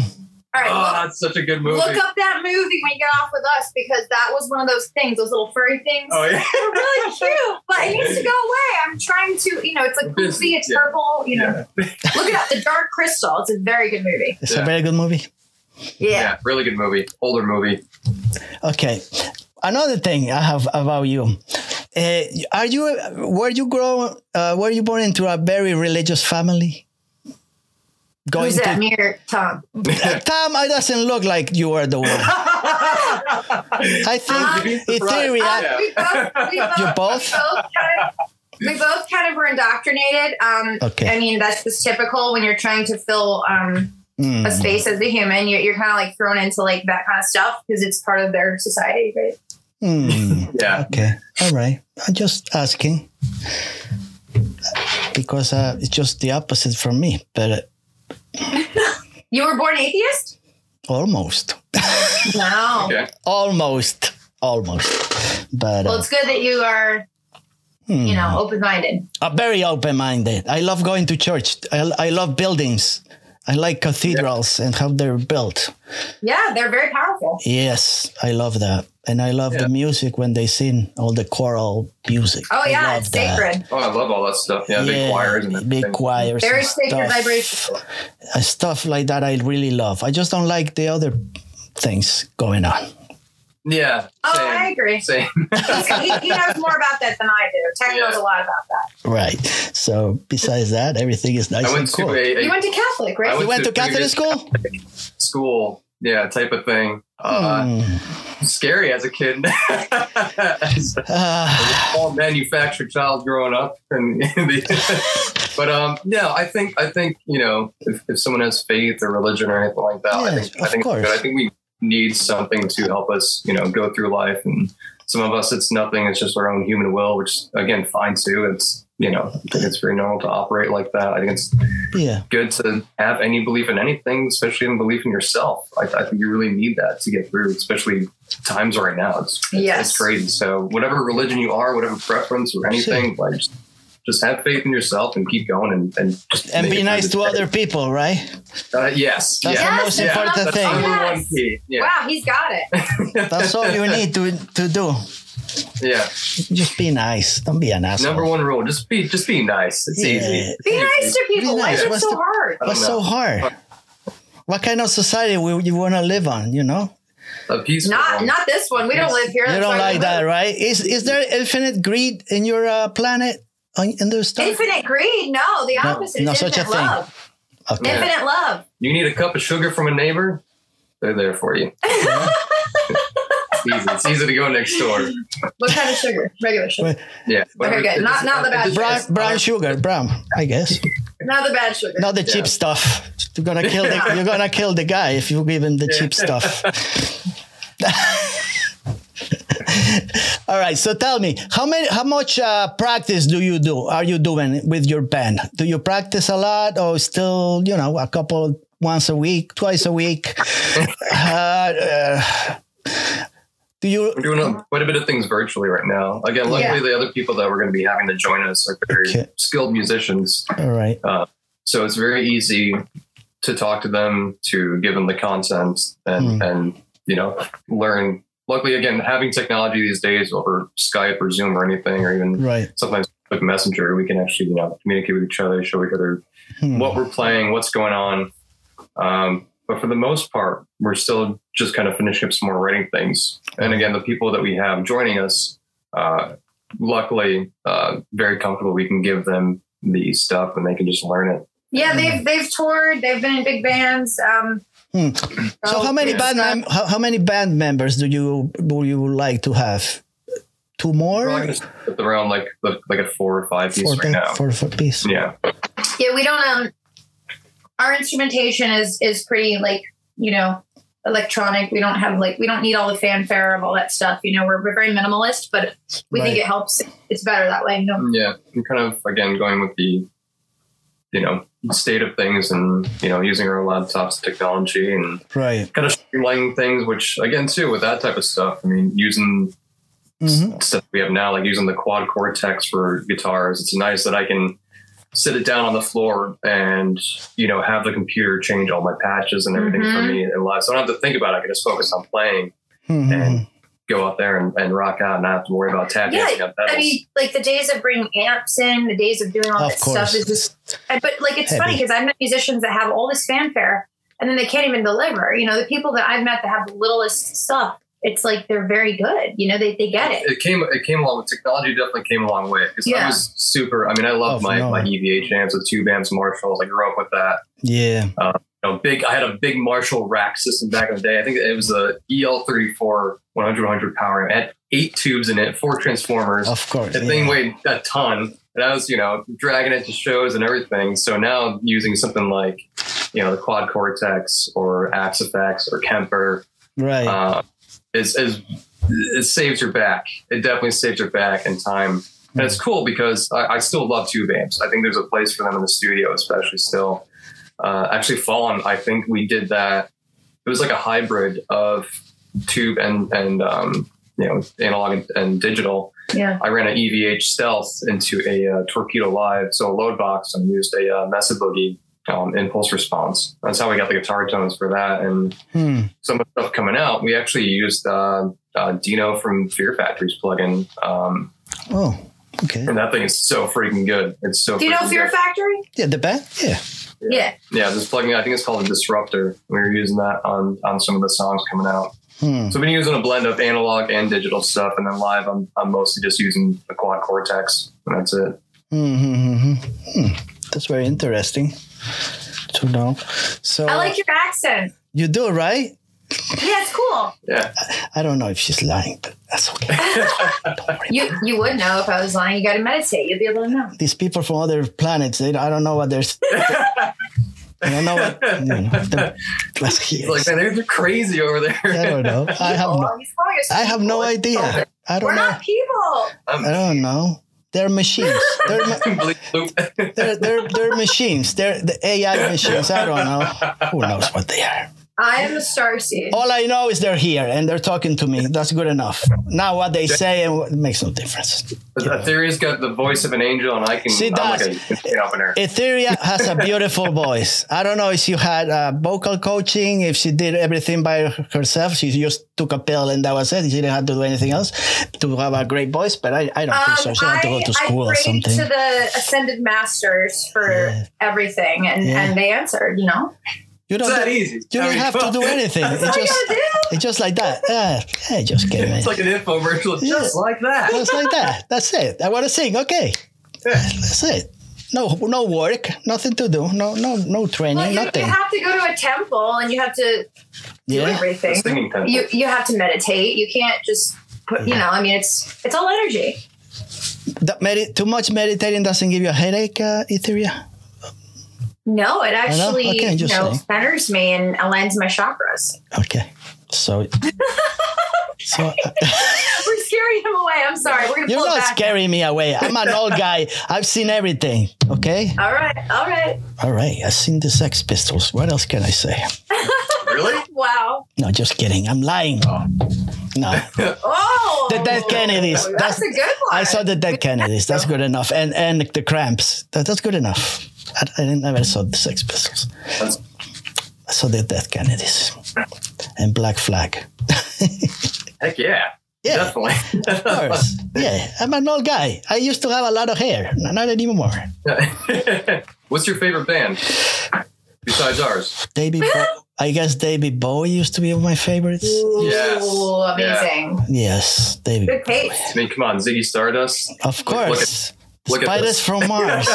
right,
Oh,
look,
that's such a good movie.
look up that movie when you get off with us because that was one of those things, those little furry things.
Oh yeah.
They're really cute, but it needs to go away. I'm trying to, you know, it's like poofy, it's
Yeah.
purple, you know. Look it up, The Dark Crystal. It's a very good movie.
It's a
Yeah.
very good movie.
Yeah.
Yeah, really good movie. Older movie.
Okay. Another thing I have about you. Uh, are you were you grow uh, were you born into a very religious family?
Who's
to
that mirror tongue?
Uh, Tom, it doesn't look like you are the one. I
Ah.
think, in theory,
Um,
I,
we both,
Yeah.
we both,
You're both?
We both, kind of, we both kind of were indoctrinated. Um,
Okay.
I mean, that's just typical when you're trying to fill um,
Mm,
a space as a human. You're, you're kind of like thrown into like that kind of stuff because it's part of their society, right?
mm,
Yeah.
okay, all right. I'm just asking because uh, it's just the opposite for me, but uh,
You were born atheist?
almost,
No.
Okay.
almost, almost. But
Well,
uh,
it's good that you are,
hmm,
you know, open minded.
I'm very open-minded. I love going to church. I, I love buildings. I like cathedrals and how they're built.
Yeah, they're very powerful.
Yes, I love that. And I love the music when they sing all the choral music.
Oh,
I
yeah,
love
it's
that.
sacred.
Oh, I love all that stuff. Yeah, big choirs and
big
everything.
choirs
Very
and
sacred
stuff,
vibration.
uh, stuff like that I really love. I just don't like the other things going on.
Yeah.
Oh,
same.
I agree.
Same.
He's- he, he knows more about that than I do. Tech knows a lot about that.
Right. So besides that, everything is nice
I went
and cool.
to a, a
You went to Catholic,
I
right?
you went to Catholic school?
school. Yeah, type of thing. Uh,
Hmm.
Scary as a kid. As a
Ah,
small manufactured child growing up, and but um, no, I think I think you know if, if someone has faith or religion or anything like that, I
Yeah,
think I
of
think it's good.
course.
I think we need something to help us, you know, go through life. And some of us, it's nothing. It's just our own human will, which again, fine too. It's you know, I think it's very normal to operate like that. I think it's
yeah.
good to have any belief in anything, especially in belief in yourself. I, I think you really need that to get through, especially times right now. It's, it's,
Yes.
it's crazy. So whatever religion you are, whatever preference or anything, like just, just have faith in yourself and keep going and, and just
And
make
be
it
nice to
through
other
this
people, right?
day. Uh, yes.
That's
yeah.
the
Yes,
most
yeah,
important
that's
thing.
all.
Number one
Yes.
key. Yeah.
Wow, he's got it.
That's all you need to, to do.
Yeah.
Just be nice. Don't be an asshole.
Number one rule: just be, just be nice. It's
Yeah.
easy.
Be nice to people.
Be
Why is
nice.
it
What's
so
the-
hard?
I don't
What's
know.
so hard? What kind of society would you want to live on, you know?
A peaceful
Not
one.
not this one. We don't live here.
You
That's
don't
why we
like that,
live-
right? Is is there infinite greed in your uh, planet on in the star?
Infinite greed? No, the
No,
opposite.
no
is
such a thing.
infinite love.
Okay.
Yeah.
Infinite love.
You need a cup of sugar from a neighbor? They're there for you. it's, easy. it's easy to go next door.
What kind of sugar? Regular sugar.
Yeah.
Okay, good. Not- not the bad
It's-
Brown,
it's-
brown sugar, brown, I guess.
Not the bad sugar.
Not the cheap stuff. You're gonna kill the you're gonna kill the guy if you give him the cheap stuff. All right. So tell me, how many, how much uh, practice do you do? Are you doing with your band? Do you practice a lot, or still, you know, a couple once a week, twice a week? uh, uh, do you?
We're doing a, quite a bit of things virtually right now. Again, luckily
Yeah.
the other people that we're going to be having to join us are very
Okay.
skilled musicians,
All right.
so it's very easy to talk to them, to give them the content, and and you know learn. Luckily, again, having technology these days over Skype or Zoom or anything, or even
Right.
sometimes with Messenger, we can actually you know communicate with each other, show each other
Hmm.
what we're playing, what's going on. Um, but for the most part, we're still just kind of finishing up some more writing things. And again, the people that we have joining us, uh, luckily, uh, very comfortable. We can give them the stuff and they can just learn it.
Yeah, they've they've toured. They've been in big bands. Um,
Hmm. So how many
yeah.
band mem- how, how many band members do you do you like to have? Two more,
We're probably going to sit around like the- like a four or five piece
four,
right
band-
now.
four, four piece.
Yeah,
yeah, we don't. Um, our instrumentation is is pretty like you know electronic. We don't have like we don't need all the fanfare of all that stuff. You know, we're, we're very minimalist, but we think
Right.
it helps. It's better that way. No,
yeah. I'm kind of again going with the you know state of things and you know using our laptops, technology, and
Right.
kind of streamlining things, which again too with that type of stuff. I mean, using s-
Mhm.
stuff we have now, like using the quad cortex for guitars, it's nice that I can sit it down on the floor and you know have the computer change all my patches and everything for
Mhm.
me in live. So I don't have to think about it. I can just focus on playing,
Mhm.
And- go out there and, and rock out, and not have to worry about tap
Yeah,
dancing on pedals.
I mean, like the days of bringing amps in, the days of doing all
Of
that
course.
stuff is just. and- But like, it's
Heavy.
funny because I've met musicians that have all this fanfare and then they can't even deliver. You know, the people that I've met that have the littlest stuff, it's like they're very good. You know, they they get it.
it came it came along with technology definitely came a long way because I
Yeah.
was super I mean I love
Oh,
my, my E
phenomenal.
EVA amps with tube amps Marshalls I grew up with that
yeah.
you know, big. I had a big Marshall rack system back in the day. I think it was a E EL34 100 100 power. amp. It had eight tubes in it, four transformers.
Of course.
the
yeah.
thing weighed a ton, and I was you know dragging it to shows and everything. So now using something like you know the Quad Cortex or Axe Effects or Kemper
right.
uh, is is it saves your back. It definitely saves your back and time. And it's cool because I, I still love tube amps. I think there's a place for them in the studio, especially still. Uh, actually, Fallen, I think we did that. It was like a hybrid of tube and and um, you know analog and, and digital.
Yeah.
I ran an EVH Stealth into a uh, Torpedo Live, so a load box, and used a uh, Mesa Boogie um, impulse response. That's how we got the guitar tones for that. And
Hmm.
some of the stuff coming out, we actually used uh, uh, Dino from Fear Factory's plugin, um,
Oh. Okay.
and that thing is so freaking good. It's so.
Do you know
freaking
Fear
good.
Factory?
Yeah. The band. Yeah.
Yeah.
Yeah, this plugin I think it's called a Disruptor. We were using that on on some of the songs coming out.
Hmm.
So we've been using a blend of analog and digital stuff, and then live, I'm I'm mostly just using the quad cortex, and that's it.
Mm-hmm. Hmm. That's very interesting to know. So
I like your accent.
you do right?
Yeah, it's cool.
Yeah,
I don't know if she's lying, but that's okay.
You you would know if I was lying. You got to meditate. You'll be able to know.
These people from other planets, they, I don't know what they're. I don't know what. You know, the, that's
It's like man, they're, they're crazy over there.
I don't know. I have no.
Well, he's probably just
I have no
people.
idea. I
We're
don't know.
not people.
I don't know. They're machines. They're ma-
Bleep,
they're, they're they're machines. They're the AI machines. I don't know. Who knows what they are?
I am a starseed.
All I know is they're here and they're talking to me. That's good enough. Now what they say and what, makes no difference.
bloop. Theory's got the voice of an angel, and I can.
She
I'm like
does.
a can opener.
Etheria has a beautiful voice. I don't know if she had uh, vocal coaching, if she did everything by herself. She just took a pill and that was it. She didn't have to do anything else to have a great voice. But I, I don't think so. She had to go to school
Um, I
or
prayed
something.
to the ascended masters for
Yeah.
everything, and,
Yeah.
and they answered. You know,
You
It's
don't.
that
do-
easy.
you don't have to do anything.
that's all
It's
you
just,
gotta Oh, do.
it's just like that. Yeah, yeah just kidding.
It's like an infomercial, just like that.
Just like that. That's it. I want to sing. Okay. That's it. No, no work, nothing to do, no, no, no training,
Well, you, you
nothing.
have to go to a temple, and you have to do
yeah,
The
everything.
singing temple.
You you have to meditate. You can't just put. You know, I mean, it's it's all energy.
That medi- too much meditating doesn't give you a headache, uh, Etheria.
No, it actually
Okay,
you
just
know
saying.
centers me and aligns my chakras.
Okay, so, so
We're scaring him away. I'm sorry. We're gonna
You're
pull it
not
back.
scaring me away. I'm an old guy. I've seen everything. Okay.
All right, all right.
All right. I've seen the Sex Pistols. What else can I say?
Really?
Wow.
No, just kidding. I'm lying.
Oh.
No.
Oh,
The Dead Kennedys.
That's, a good one.
I saw the Dead Kennedys. That's good enough. And and the Cramps. That, that's good enough. I, I didn't- never saw the Sex Pistols.
That's-
I saw the Dead Kennedys and Black Flag.
heck yeah.
Yeah.
Definitely.
Of course. yeah. I'm an old guy. I used to have a lot of hair. No, Not anymore.
What's your favorite band besides ours?
David. Bo- I guess David Bowie used to be one of my favorites.
Ooh,
Yes.
amazing.
Yes, David.
Good taste.
I mean, come on, Ziggy Stardust.
Of
Look- look
course.
look
the
at
spiders
this.
from Mars.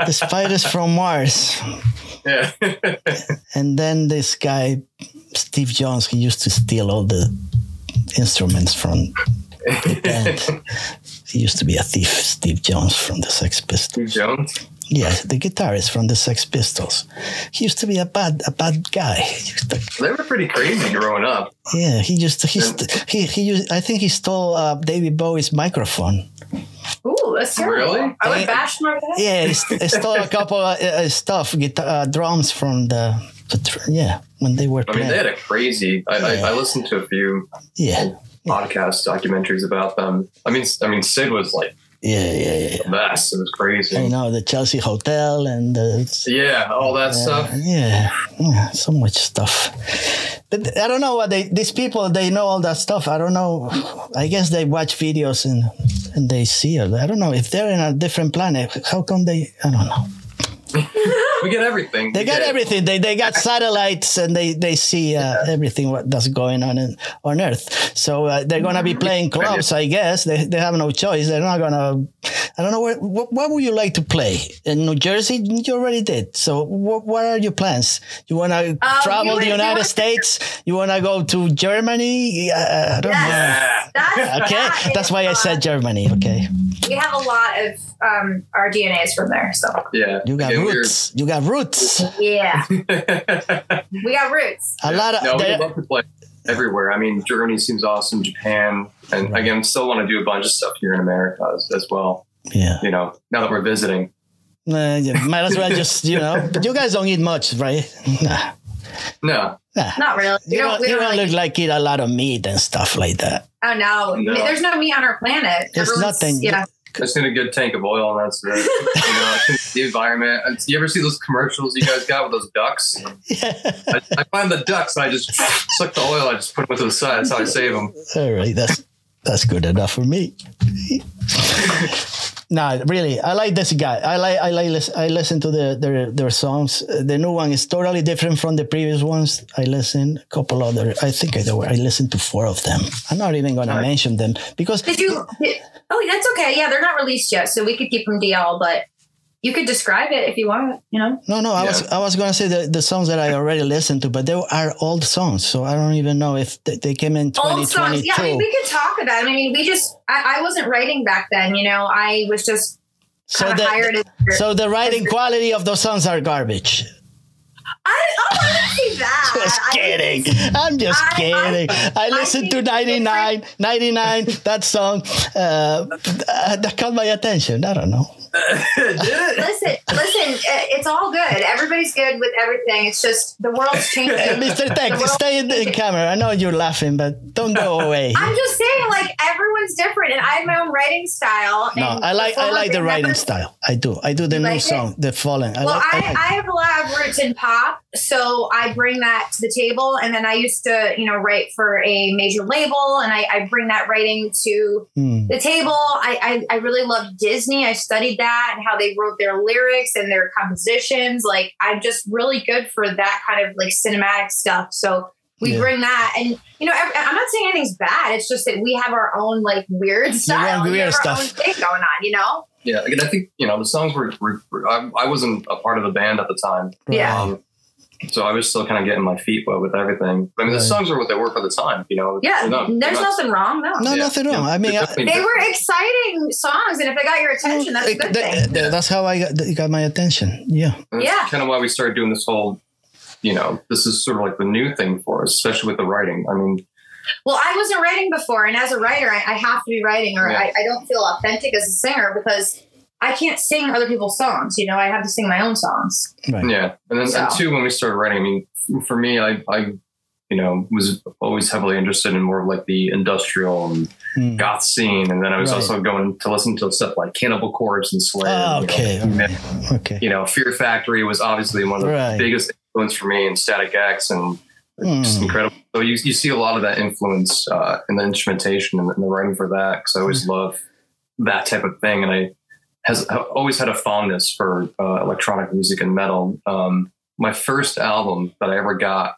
the spiders from Mars.
Yeah.
And then this guy, Steve Jones, he used to steal all the instruments from the band. he used to be a thief, Steve Jones from the Sex Pistols.
Steve Jones.
Yes, the guitarist from the Sex Pistols. He used to be a bad, a bad guy. He used to-
They were pretty crazy growing up.
yeah, he used to, he, st- he, he used, I think he stole uh, David Bowie's microphone.
Ooh, that's terrible.
Really?
I
Yeah.
would bash my head.
Yeah, he st- he stole a couple of uh, uh, stuff, guitar, uh, drums from the, the tr- yeah, when they were
I mean,
playing.
they had a crazy. I, I, I listened to a few
yeah,
podcast documentaries about them. I mean, I mean, Sid was like
yeah, yeah, yeah.
the best. It was
you
crazy.
know the Chelsea Hotel and the,
Yeah, all that stuff.
yeah, yeah, so much stuff. But I don't know what they these people they know all that stuff. I don't know. I guess they watch videos and and they see it. I don't know if they're in a different planet. How come they? I don't know.
We get everything.
They
We
got
get-
everything. They they got satellites and they they see uh, everything what that's going on in, on Earth. So uh, they're gonna be playing clubs, I guess. They they have no choice. They're not gonna. I don't know where, what what would you like to play in New Jersey? You already did. So what what are your plans? You wanna travel
we
the
were
United
doing-
States? You wanna go to Germany? Uh, I don't know.
Yeah.
That's,
Okay,
that is
that's why I
fun.
said Germany. Okay,
we have a lot of um, our DNAs from there. So
Yeah.
you got
Again, we were-
roots. You got roots.
yeah,
a
we got roots.
A lot of
no, we
there-
love to play everywhere. I mean, Germany seems awesome, Japan, and again, still want to do a bunch of stuff here in America as, as well.
yeah.
You know, now that we're visiting,
Uh, yeah, might as well just you know. You guys don't eat much, right? Nah,
no,
nah.
Not really.
You
We don't,
don't,
we
you
don't
don't
really,
look like eat a lot of meat and stuff like that.
oh no.
No.
there's no meat on our planet.
There's
Everyone's-
nothing.
Yeah,
just need a good tank of oil, and that's it. you know, it's the environment. And You ever see those commercials you guys got with those ducks? I, I find the ducks, and I just suck the oil, I just put them to the side. That's how I save them.
All right, that's that's good enough for me. nah, really, I like this guy. I like I like lis- I listen to the, their their songs. Uh, The new one is totally different from the previous ones. I listen a couple other. I think I I listened to four of them. I'm not even gonna
Alright.
mention them because
Did you? Did, oh, that's okay. Yeah, they're not released yet, so we could keep them DL. But you could describe it if you want. You know.
No, no, I
Yeah.
was I was gonna say the, the songs that I already listened to, but they are old songs, so I don't even know if they, they came in
old songs.
2022.
Yeah, I mean, we could talk about. It. I mean, we just. I, I wasn't writing back then. You know, I was just
so
kind of
the
hired. As,
so the writing quality of those songs are garbage.
I, oh, I didn't say that.
Just
I didn't
kidding. I'm just
I- I-
kidding. I,
I
listened to
think
99, 99, that song uh, uh, that caught my attention. I don't know.
Listen, listen. uh, It's all good. Everybody's good with everything. It's just the world's changing.
Mr. Tech,
world-
stay in the camera. I know you're laughing, but don't go away.
I'm just saying, like everyone's different, and I have my own writing style.
No,
and
I like I
performance
like the
and
writing
everything.
style. I do. I do the
You
new
like it?
song, The Fallen. I
Well,
like,
I,
like-
I have a lot of roots in pop, so I bring that to the table. And then I used to, you know, write for a major label, and I, I bring that writing to
Hmm.
the table. I, I, I really love Disney. I studied that and how they wrote their lyrics and their compositions. Like, I'm just really good for that kind of like cinematic stuff. So we
Yeah.
bring that, and you know, ev- I'm not saying anything's bad. It's just that we have our own like weird style,
own
and we
weird
have our
stuff.
own thing going on. You know,
Yeah, again, I think, you know, the songs were, were, were I, I wasn't a part of the band at the time.
Yeah.
Um, so I was still kind of getting my feet wet with everything. I mean, the
Right.
songs were what they were for the time, you know.
yeah.
They're not-
there's
they're not-
nothing wrong. No.
No,
yeah,
nothing wrong.
yeah,
I mean,
they're
I-
definitely
They
different.
were exciting songs, and if they got your attention, that's a good
Th-
thing.
th- that's how I got, th- got my attention. Yeah.
And that's
yeah.
kind of why we started doing this whole, you know, this is sort of like the new thing for us, especially with the writing. I mean,
Well, I wasn't writing before, and as a writer, I, I have to be writing, or
Yeah.
I, I don't feel authentic as a singer because I can't sing other people's songs. You know, I have to sing my own songs.
Right.
Yeah, and then and
So.
two, when we started writing, I mean, for me, I, I, you know, was always heavily interested in more of like the industrial and
Mm.
goth scene, and then I was
Right.
also going to listen to stuff like Cannibal Corpse and Slayer.
Ah,
you know.
okay. all right, Okay.
You know, Fear Factory was obviously one of the
Right.
biggest influence for me, and Static X, and just
Mm.
incredible. So you, you see a lot of that influence uh, in the instrumentation and the, and the writing for that because I always love that type of thing, and I has have always had a fondness for uh, electronic music and metal. Um, my first album that I ever got,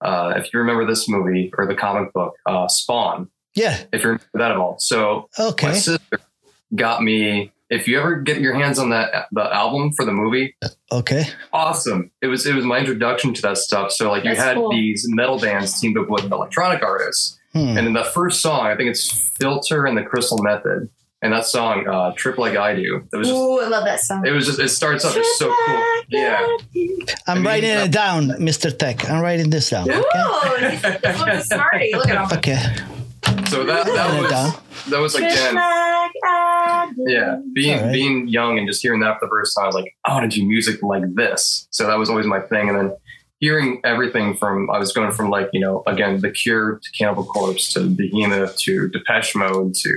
uh, if you remember this movie or the comic book, uh, Spawn,
Yeah.
if you remember that at all. So my
Okay.
sister got me. If you ever get your hands on that the album for the movie,
Okay.
awesome. It was it was my introduction to that stuff. So like
That's
you had
cool.
these metal bands teamed up with electronic artists,
Hmm.
and in the first song, I think it's Filter and the Crystal Method, and that song uh, "Trip Like I Do." It was just,
Ooh, I love that song.
it was just it starts up. It's so cool. Yeah.
I'm
I mean,
writing
uh,
it down, Mr. Tech. I'm writing this down.
Ooh,
Okay.
he's such a smarty. Look at him.
Okay.
So that
Writing
that
it down.
was that was again. Yeah, being
All right.
being young and just hearing that for the first time, I was like, I want to do music like this. So that was always my thing. And then hearing everything from I was going from like you know again The Cure to Cannibal Corpse to Behemoth to Depeche Mode to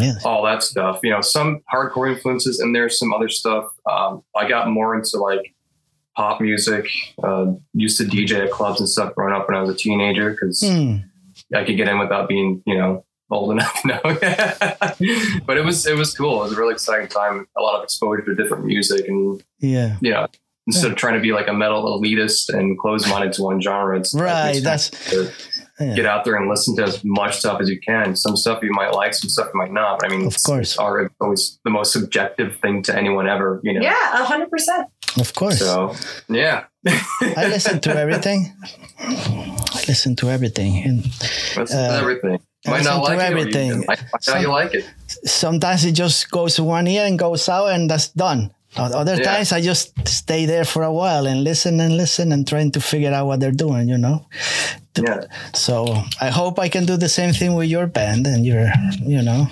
Yeah.
all that stuff. You know, some hardcore influences and there's some other stuff. Um, I got more into like pop music. Uh, used to DJ at clubs and stuff growing up when I was a teenager because
Hmm.
I could get in without being, you know, old enough. No, but it was it was cool. It was a really exciting time. A lot of exposure to different music, and
Yeah.
you know, instead
Hmm.
of trying to be like a metal elitist and close-minded to one genre, it's
Right.
it's
That's
to
yeah,
get out there and listen to as much stuff as you can. Some stuff you might like, some stuff you might not. I mean,
Of course.
art is always the most subjective thing to anyone ever. You know,
Yeah, hundred percent.
of course.
so yeah,
I listen to everything. I listen to everything, and
that's
Uh,
everything.
I
Might
listen
not
to
like it, or you
everything.
might find out you like it.
sometimes it just goes to one ear and goes out, and that's done. O- Other
Yeah.
times I just stay there for a while and listen and listen and trying to figure out what they're doing. You know.
Yeah.
So I hope I can do the same thing with your band and your, you know,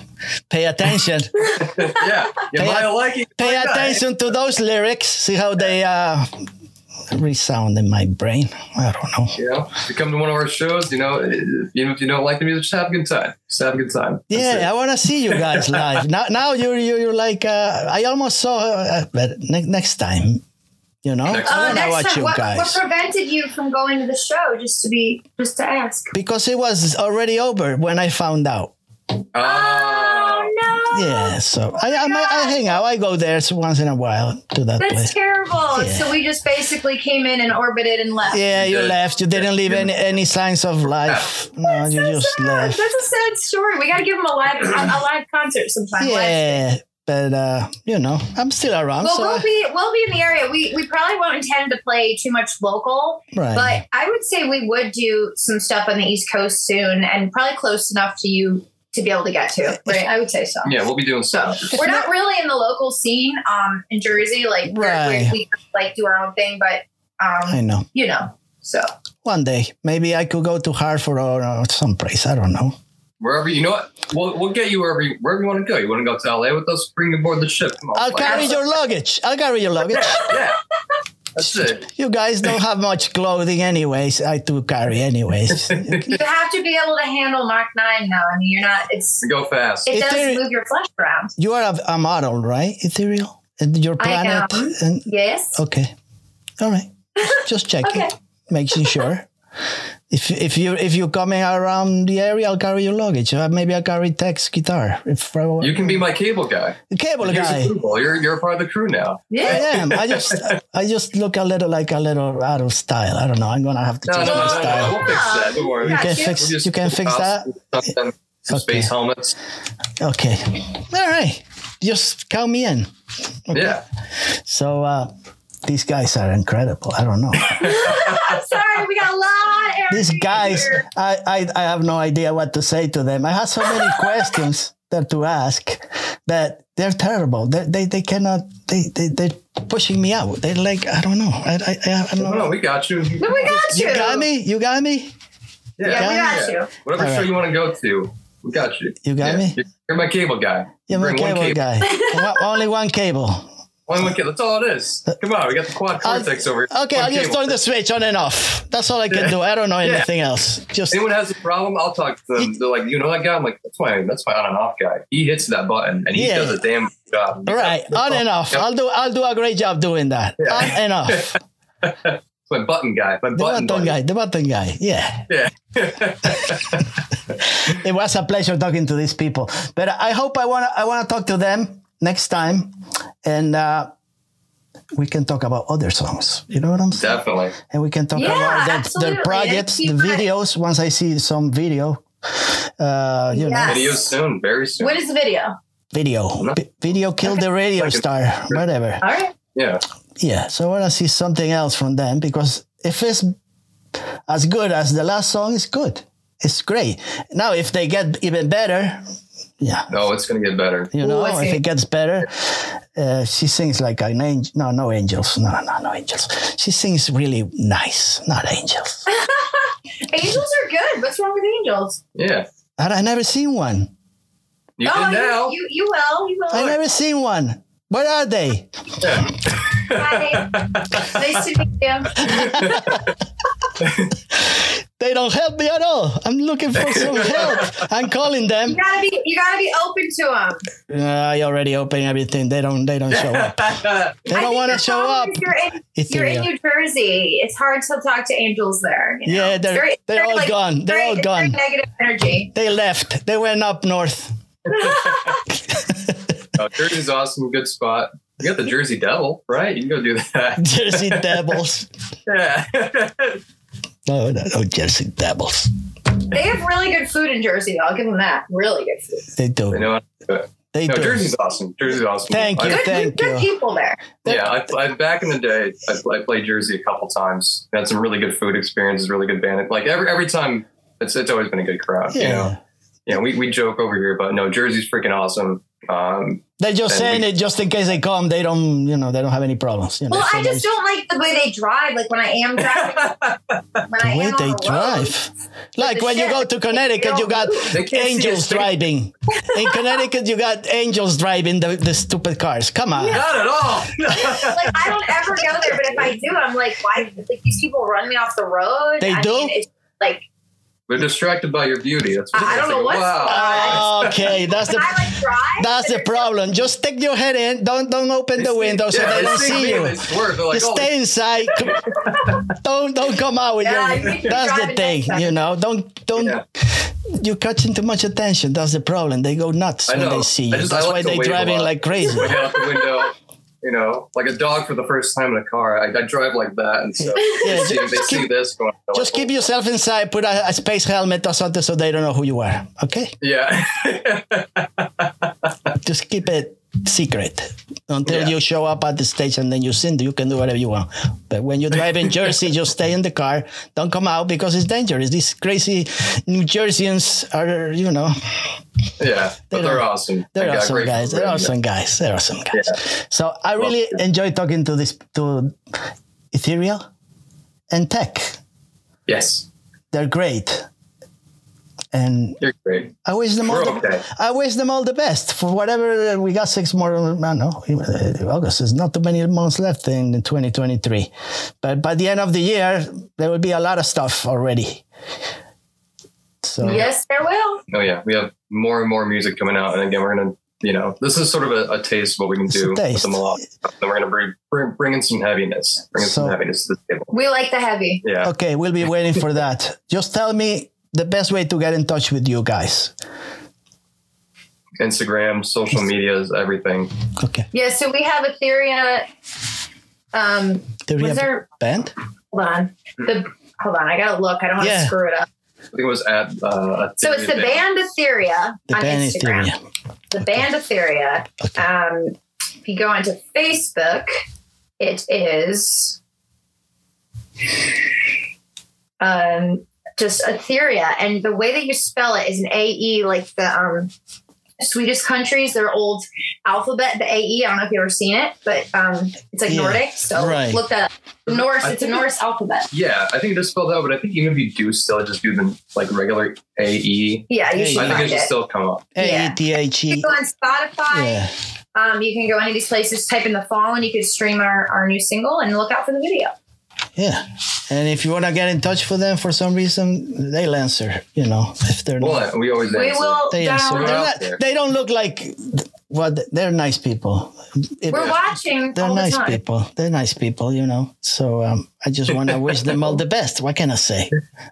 pay attention.
yeah, you
Pay
might
att-
like it.
pay
might not.
attention to those lyrics. See how they uh, resound in my brain. I don't know.
You know, if you come to one of our shows, you know, eh, even if you don't like the music, just have a good time. Just have a good time. That's it.
Yeah, I want to see you guys live. now, now you're you're, you're like uh, I almost saw, uh, but ne- next time, you know,
Next
I
Uh,
want to
next
watch
time,
you
what,
guys
what prevented you from going to the show? Just to be, just to ask.
because it was already over when I found out.
Oh,
Oh no!
Yeah, so I I, I hang out. I go there once in a while to that
That's
place.
terrible.
Yeah.
So we just basically came in and orbited and left.
Yeah, you
You did.
left. You didn't leave any, any signs of life. No, you
so
just
sad.
left.
That's a sad story. We got to give him a live a live concert sometime. Live.
Yeah, but uh, you know, I'm still around.
Well,
so
we'll be we'll be in the area. We we probably won't intend to play too much local,
right.
but I would say we would do some stuff on the East Coast soon, and probably close enough to you to be able to get to. Right, I would say so.
yeah, we'll be doing
So
stuff.
we're not really in the local scene um, in Jersey. Like we're-
Right.
we, we like do our own thing, but
I
um,
know.
you know, so
One day, maybe I could go to Hartford or, or someplace. I don't know.
Wherever you know what, we'll, we'll get you wherever you, wherever you want to go. You want to go to LA with us? Bring you aboard the ship. Come on,
I'll
like-
carry your luggage. I'll carry your luggage.
Yeah, that's it.
You guys don't have much clothing, anyways. I do carry, anyways.
you have to be able to handle Mach Nine now. I mean, you're not. It's
We go fast.
it
Is
does
there-
move your flesh around.
you are a, a model, right, Ethereal? And your
I
planet?
am.
And
Yes.
okay, all right. Just check
Okay.
it, making sure. If if you if you're coming around the area, I'll carry your luggage. Uh, maybe I'll carry Tech's guitar. If I,
You can be my cable guy.
cable
Here's
guy.
approval. You're you're a part of the crew now.
I
Yeah.
am. I just I just look a little like a little out of style. I don't know. I'm gonna have to
No, no,
change
no,
my
no,
style.
no, We'll fix that. Don't worry.
You
Yeah,
can
you-
fix.
We'll just
you can
get
fix that.
costumes, something, Some
Okay.
space helmets.
Okay. All right. Just count me in.
Yeah.
So uh, these guys are incredible. I don't know.
I'm sorry, we got a lot. of
These
energy
guys,
here.
I, I I have no idea what to say to them. I have so many questions that to ask that they're terrible. They they, they cannot. They they they're pushing me out. They're like I don't know. I I, I don't
No, no,
know.
we got you.
But we got you.
You got me. You got me.
Yeah, we got you.
Whatever
All
show
right.
you want to go to, we got you.
You got
Yeah,
me?
You're, you're my cable guy.
You're my
Bring one
cable, guy.
cable.
One- only one cable.
Only one cable. That's all it is. Come on, we got the quad
I'll-
cortex over here.
Okay,
One
I'll just
cable.
turn the switch on and off. That's all I can do. I don't know
Yeah.
anything else. Just
Anyone has a problem, I'll talk to them. They're like, you know that guy? I'm like, that's my that's my on and off guy. He hits that button and he
Yeah.
does a damn good job.
all right, on and off.
Yep.
I'll do. I'll do a great job doing that.
Yeah.
On and off.
My button guy. My
The button,
button, button
guy. The button guy. Yeah.
Yeah.
It was a pleasure talking to these people. But I hope I wanna I wanna talk to them next time, and uh, we can talk about other songs. You know what I'm saying?
Definitely.
and we can talk
Yeah,
about their,
absolutely.
their projects, the
Keep it.
videos. Once I see some video, uh, you know,
Yeah.
Video soon, very soon.
When is the video?
video, B- video killed the radio
Like a-
star, whatever.
All right.
yeah.
Yeah, so I want to see something else from them because if it's as good as the last song, it's good. It's great. Now, if they get even better, yeah,
No, Oh, it's gonna get better.
you know,
Ooh, I
if
see.
it gets better, uh, she sings like an angel. No, no angels. No, no, no angels. She sings really nice, not angels.
Angels are good. What's wrong with angels?
Yeah.
I, I never seen one.
You
oh,
can now.
You, you, you will. You will.
I never seen one. Where are they?
Yeah.
Hi. nice to meet you.
They don't help me at all. I'm looking for some help. I'm calling them.
You gotta be. You gotta be open to them.
Uh, I already opened everything. They don't. They don't show up. They
I
don't
think
want to
the
show up.
problem is You're in, you're in
Ethereum.
New Jersey. It's hard to talk to angels there. you know?
Yeah,
It's
they're-
very- it's
they're
very,
all gone. They're
very-
all
it's very
gone.
Negative energy.
They left. They went up north.
Uh, Jersey's awesome, good spot. You got the Jersey Devil, right? You can go do that.
Jersey Devils.
Yeah.
No, no, no, Jersey Devils.
They have really good food in Jersey. though. I'll give them that. Really good food.
They do.
you know,
They
no,
do.
Jersey's awesome. Jersey's awesome.
Thank
I-
you.
Good,
Thank
good
you.
people there.
yeah, I, I, back in the day, I, I played Jersey a couple times. Had some really good food experiences, really good band. Like every every time, it's it's always been a good crowd. You know,
Yeah.
yeah. We, we joke over here, but no, Jersey's freaking awesome. Um,
They're just saying
Then we-
it just in case they come. They don't. You know, they don't have any problems. You know,
Well,
so
I just
they-
don't like the way they drive. Like when I am driving, when
the
I
way
am
they
on the road,
drive. Like
the
when you
shit.
go to Connecticut, you got
They can't see
angels
a thing.
driving. In Connecticut, you got angels driving the, the stupid cars. Come on.
not at all.
Like I don't ever go there, but if I do, I'm like, why? Like these people run me off the road.
They
I
do?
Mean, it's like
We're distracted by your beauty. That's
I- I don't
it's
know what's going on.
Okay, that's
I
the
like drive.
that's the
and there's-
problem. Just stick your head in. Don't don't open the
see-
window so
yeah,
they don't
see me
see you.
and They swear. They're like,
Just
oh,
stay inside. Come- don't don't come out with
Yeah,
your.
you need to
That's
drive
the
it
thing,
next time.
you know. Don't don't.
Yeah.
You're catching too much attention. That's the problem. They go nuts
I
when
know.
they see
I
you.
just- I
that's
like
why
to
they
wave a
driving
lot.
like crazy.
way out the window. You know, like a dog for the first time in a car. I, I drive like that, and so
Yeah,
they, see,
just
they see this going. they're
Just
like, oh.
keep yourself inside. Put a, a space helmet or something so they don't know who you are. Okay.
Yeah,
Just keep it secret until
Yeah.
you show up at the stage and then you sing. You can do whatever you want. But when you drive in Jersey, just stay in the car. Don't come out because it's dangerous. These crazy New Jerseyans are, you know,
yeah,
They're-
but they're awesome.
They're
They got
awesome
great
guys. They're
food.
awesome guys. They're awesome guys. So I really enjoy talking to this to Ethereal and Tech.
Yes,
They're great. And
you're great.
I wish them all
We're
the,
okay.
I wish them all the best for whatever we got six more no, no August there's not too many months left in 2023 but by the end of the year there will be a lot of stuff already so
Yes, there will.
Oh yeah, we have more and more music coming out, and again, we're gonna. You know, this is sort of a, a taste of what we can
It's a
do with
taste.
the melodic. stuff. Then we're gonna bring, bring bring in some heaviness, bring in
So-
some heaviness to the table.
We like the heavy.
Yeah,
Okay, we'll be waiting for that. Just tell me the best way to get in touch with you guys.
Instagram, social media is everything.
Okay.
Yeah. So we have Etheria. Um,
The
was
Rehab
there?
band?
Hold on. The hold on. I gotta look. I don't want
Yeah.
to screw it up.
I think it was at. Uh,
So it's the
Ethereum.
band Etheria
The
on
band is
Instagram.
Theoria.
the band Etheria.
Okay.
Um, if you go onto Facebook, it is um, just Etheria, and the way that you spell it is an A E, like the um, Swedish countries, their old alphabet, the AE. I don't know if you've ever seen it, but um, it's like
Yeah,
Nordic. So
right.
look that up. Norse,
I
it's a
think-
Norse alphabet.
Yeah, I think it is spelled out, but I think even if you do still just do the like regular AE,
Yeah,
Hey.
you should
I think
find
it should
it.
still come up.
Uh,
A E T H
You
E.
can go on Spotify.
Yeah.
Um, you can go any of these places, type in the fall, and you can stream our, our new single and look out for the video.
Yeah. And if you want to get in touch with them for some reason, they'll answer, you know, if they're not.
Well, we always
We
answer.
will
They
down-
answer.
we're
They're
out
not-
there.
they don't look like what they're nice people. It-
We're watching
they're
all the
nice
time.
people. They're nice people, you know. So um, I just want to wish them all the best. What can I say?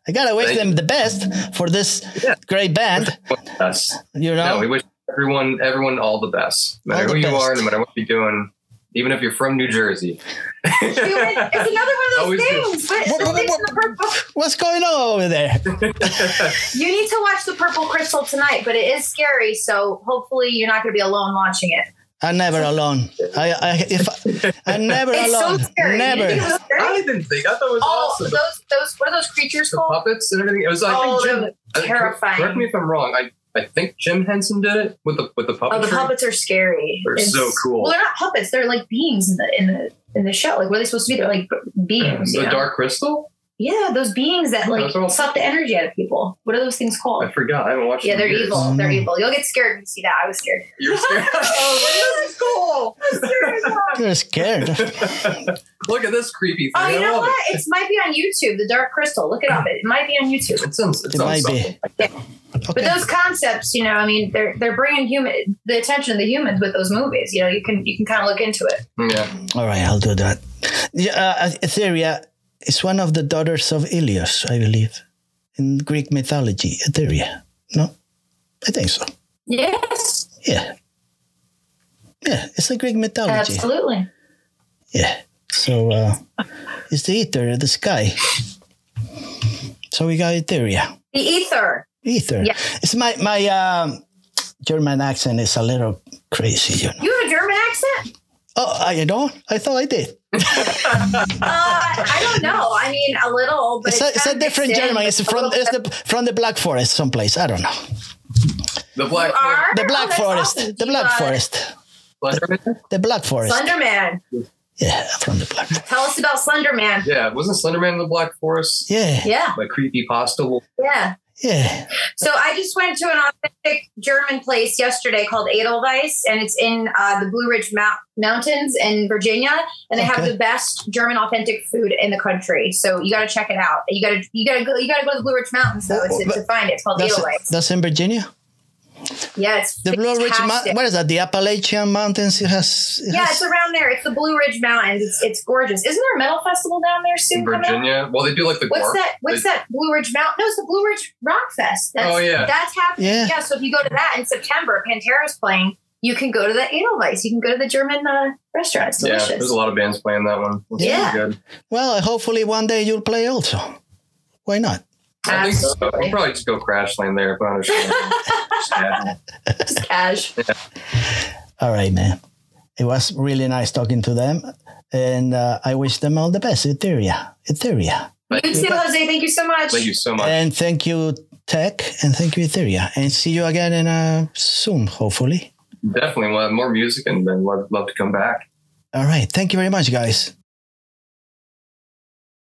I gotta wish
Thank
them the best for this
Yeah.
great band.
Us.
You
No,
know,
we wish everyone everyone all the best. No matter
All the
who you
best.
are, no matter what you're doing, even if you're from New Jersey.
Human- It's another one of
Always do.
those things. But
What-
the
what-
things
what-
in the purple.
what's going on over there?
You need to watch the Purple Crystal tonight, but it is scary. So hopefully you're not going to be alone watching it.
I'm never alone. I, I if I, am never
It's so
alone.
scary. You
Never.
think-
I didn't think. I thought it was
Oh,
awesome.
those those what are those creatures
The
called?
puppets and everything. It was. I
Oh,
think Jim.
they're
I-
terrifying.
Correct me if I'm wrong. I, I think Jim Henson did it with the with the puppet.
Oh, the puppets are scary.
They're so cool.
Well, they're not puppets. They're like beams in the in the in the show. Like what are they supposed to be? They're like b- beams.
The
you know?
Dark Crystal.
Yeah, those beings that like
Those are all-
suck the energy out of people. What are those things
I
called?
forgot. I haven't watched. it
Yeah,
in
they're
years.
evil. They're
Mm.
evil. You'll get scared when you see that. I was scared.
You're scared.
oh, this is cool.
You're scared.
Look at this creepy thing.
Oh, you
I
know
love
what? It might be on YouTube. The Dark Crystal. Look it up. It might be on YouTube.
It, it sounds. It,
It
sounds
might be.
something.
But
Okay.
those concepts, you know, I mean, they're they're bringing human the attention of the humans with those movies. You know, you can you can kind of look into it.
Yeah.
All right, I'll do that. Yeah, uh, Etheria is one of the daughters of Ilios, I believe, in Greek mythology. Etheria. No, I think so.
Yes,
Yeah. Yeah, it's a Greek mythology.
absolutely.
Yeah. So uh, it's the ether, the sky. So we got Etheria.
The ether.
Ether.
Yeah.
It's my my um, German accent is a little crazy, you know.
You have a German accent?
Oh, I don't. I thought I did.
Uh, I don't know. I mean, a little. But
It's a, it's a
kinda mixed
different
in
German.
with
It's
a
from
little
it's
bit-
the from the Black Forest, someplace. I don't know.
The black.
You are?
The Black
Oh, that's
Forest.
awesome.
The
You
Black
are
Forest.
black-
The Black Forest.
Slenderman.
Yeah, from the Black. Forest.
Tell us about Slenderman.
Yeah. Wasn't Slenderman in the Black Forest?
Yeah,
Yeah,
Like creepy pasta.
yeah.
yeah.
So I just went to an authentic German place yesterday called Edelweiss, and it's in uh, the Blue Ridge Mount- Mountains in Virginia, and they have
Okay.
the best German authentic food in the country. So you got to check it out. You got to you got to go you got to go to the Blue Ridge Mountains though it's, to find it. It's called
That's
Edelweiss.
that's in Virginia.
yeah, it's
The Blue Ridge
fantastic.
Mountain. What is that? The Appalachian Mountains. It has. It
Yeah,
has
it's around there. It's the Blue Ridge Mountains. It's it's gorgeous. Isn't there a metal festival down there soon?
In
coming up?
Virginia. Well, they do like the.
What's
Guar-
that? What's
they-
that Blue Ridge Mountain? No, it's the Blue Ridge Rock Fest. That's,
Oh, yeah.
that's happening.
Yeah.
Yeah. So if you go to that in September, Pantera's playing. You can go to the Edelweiss. You can go to the German uh, restaurant. It's
Yeah,
delicious.
there's a lot of bands playing that one. It's
Yeah.
pretty good.
Well, hopefully one day you'll play also. Why not?
I think so.
Absolutely.
We'll probably just go crash land there, but I understand. yeah.
Just cash.
All right, man. It was really nice talking to them, and uh, I wish them all the best. Etheria, Etheria,
You
Thank
too, Jose. Thank you so much.
Thank you so much.
and thank you, Tech, and thank you, Etheria, and see you again in uh, soon, hopefully.
Definitely, we'll have more music and then love, love to come back.
All right, thank you very much, guys.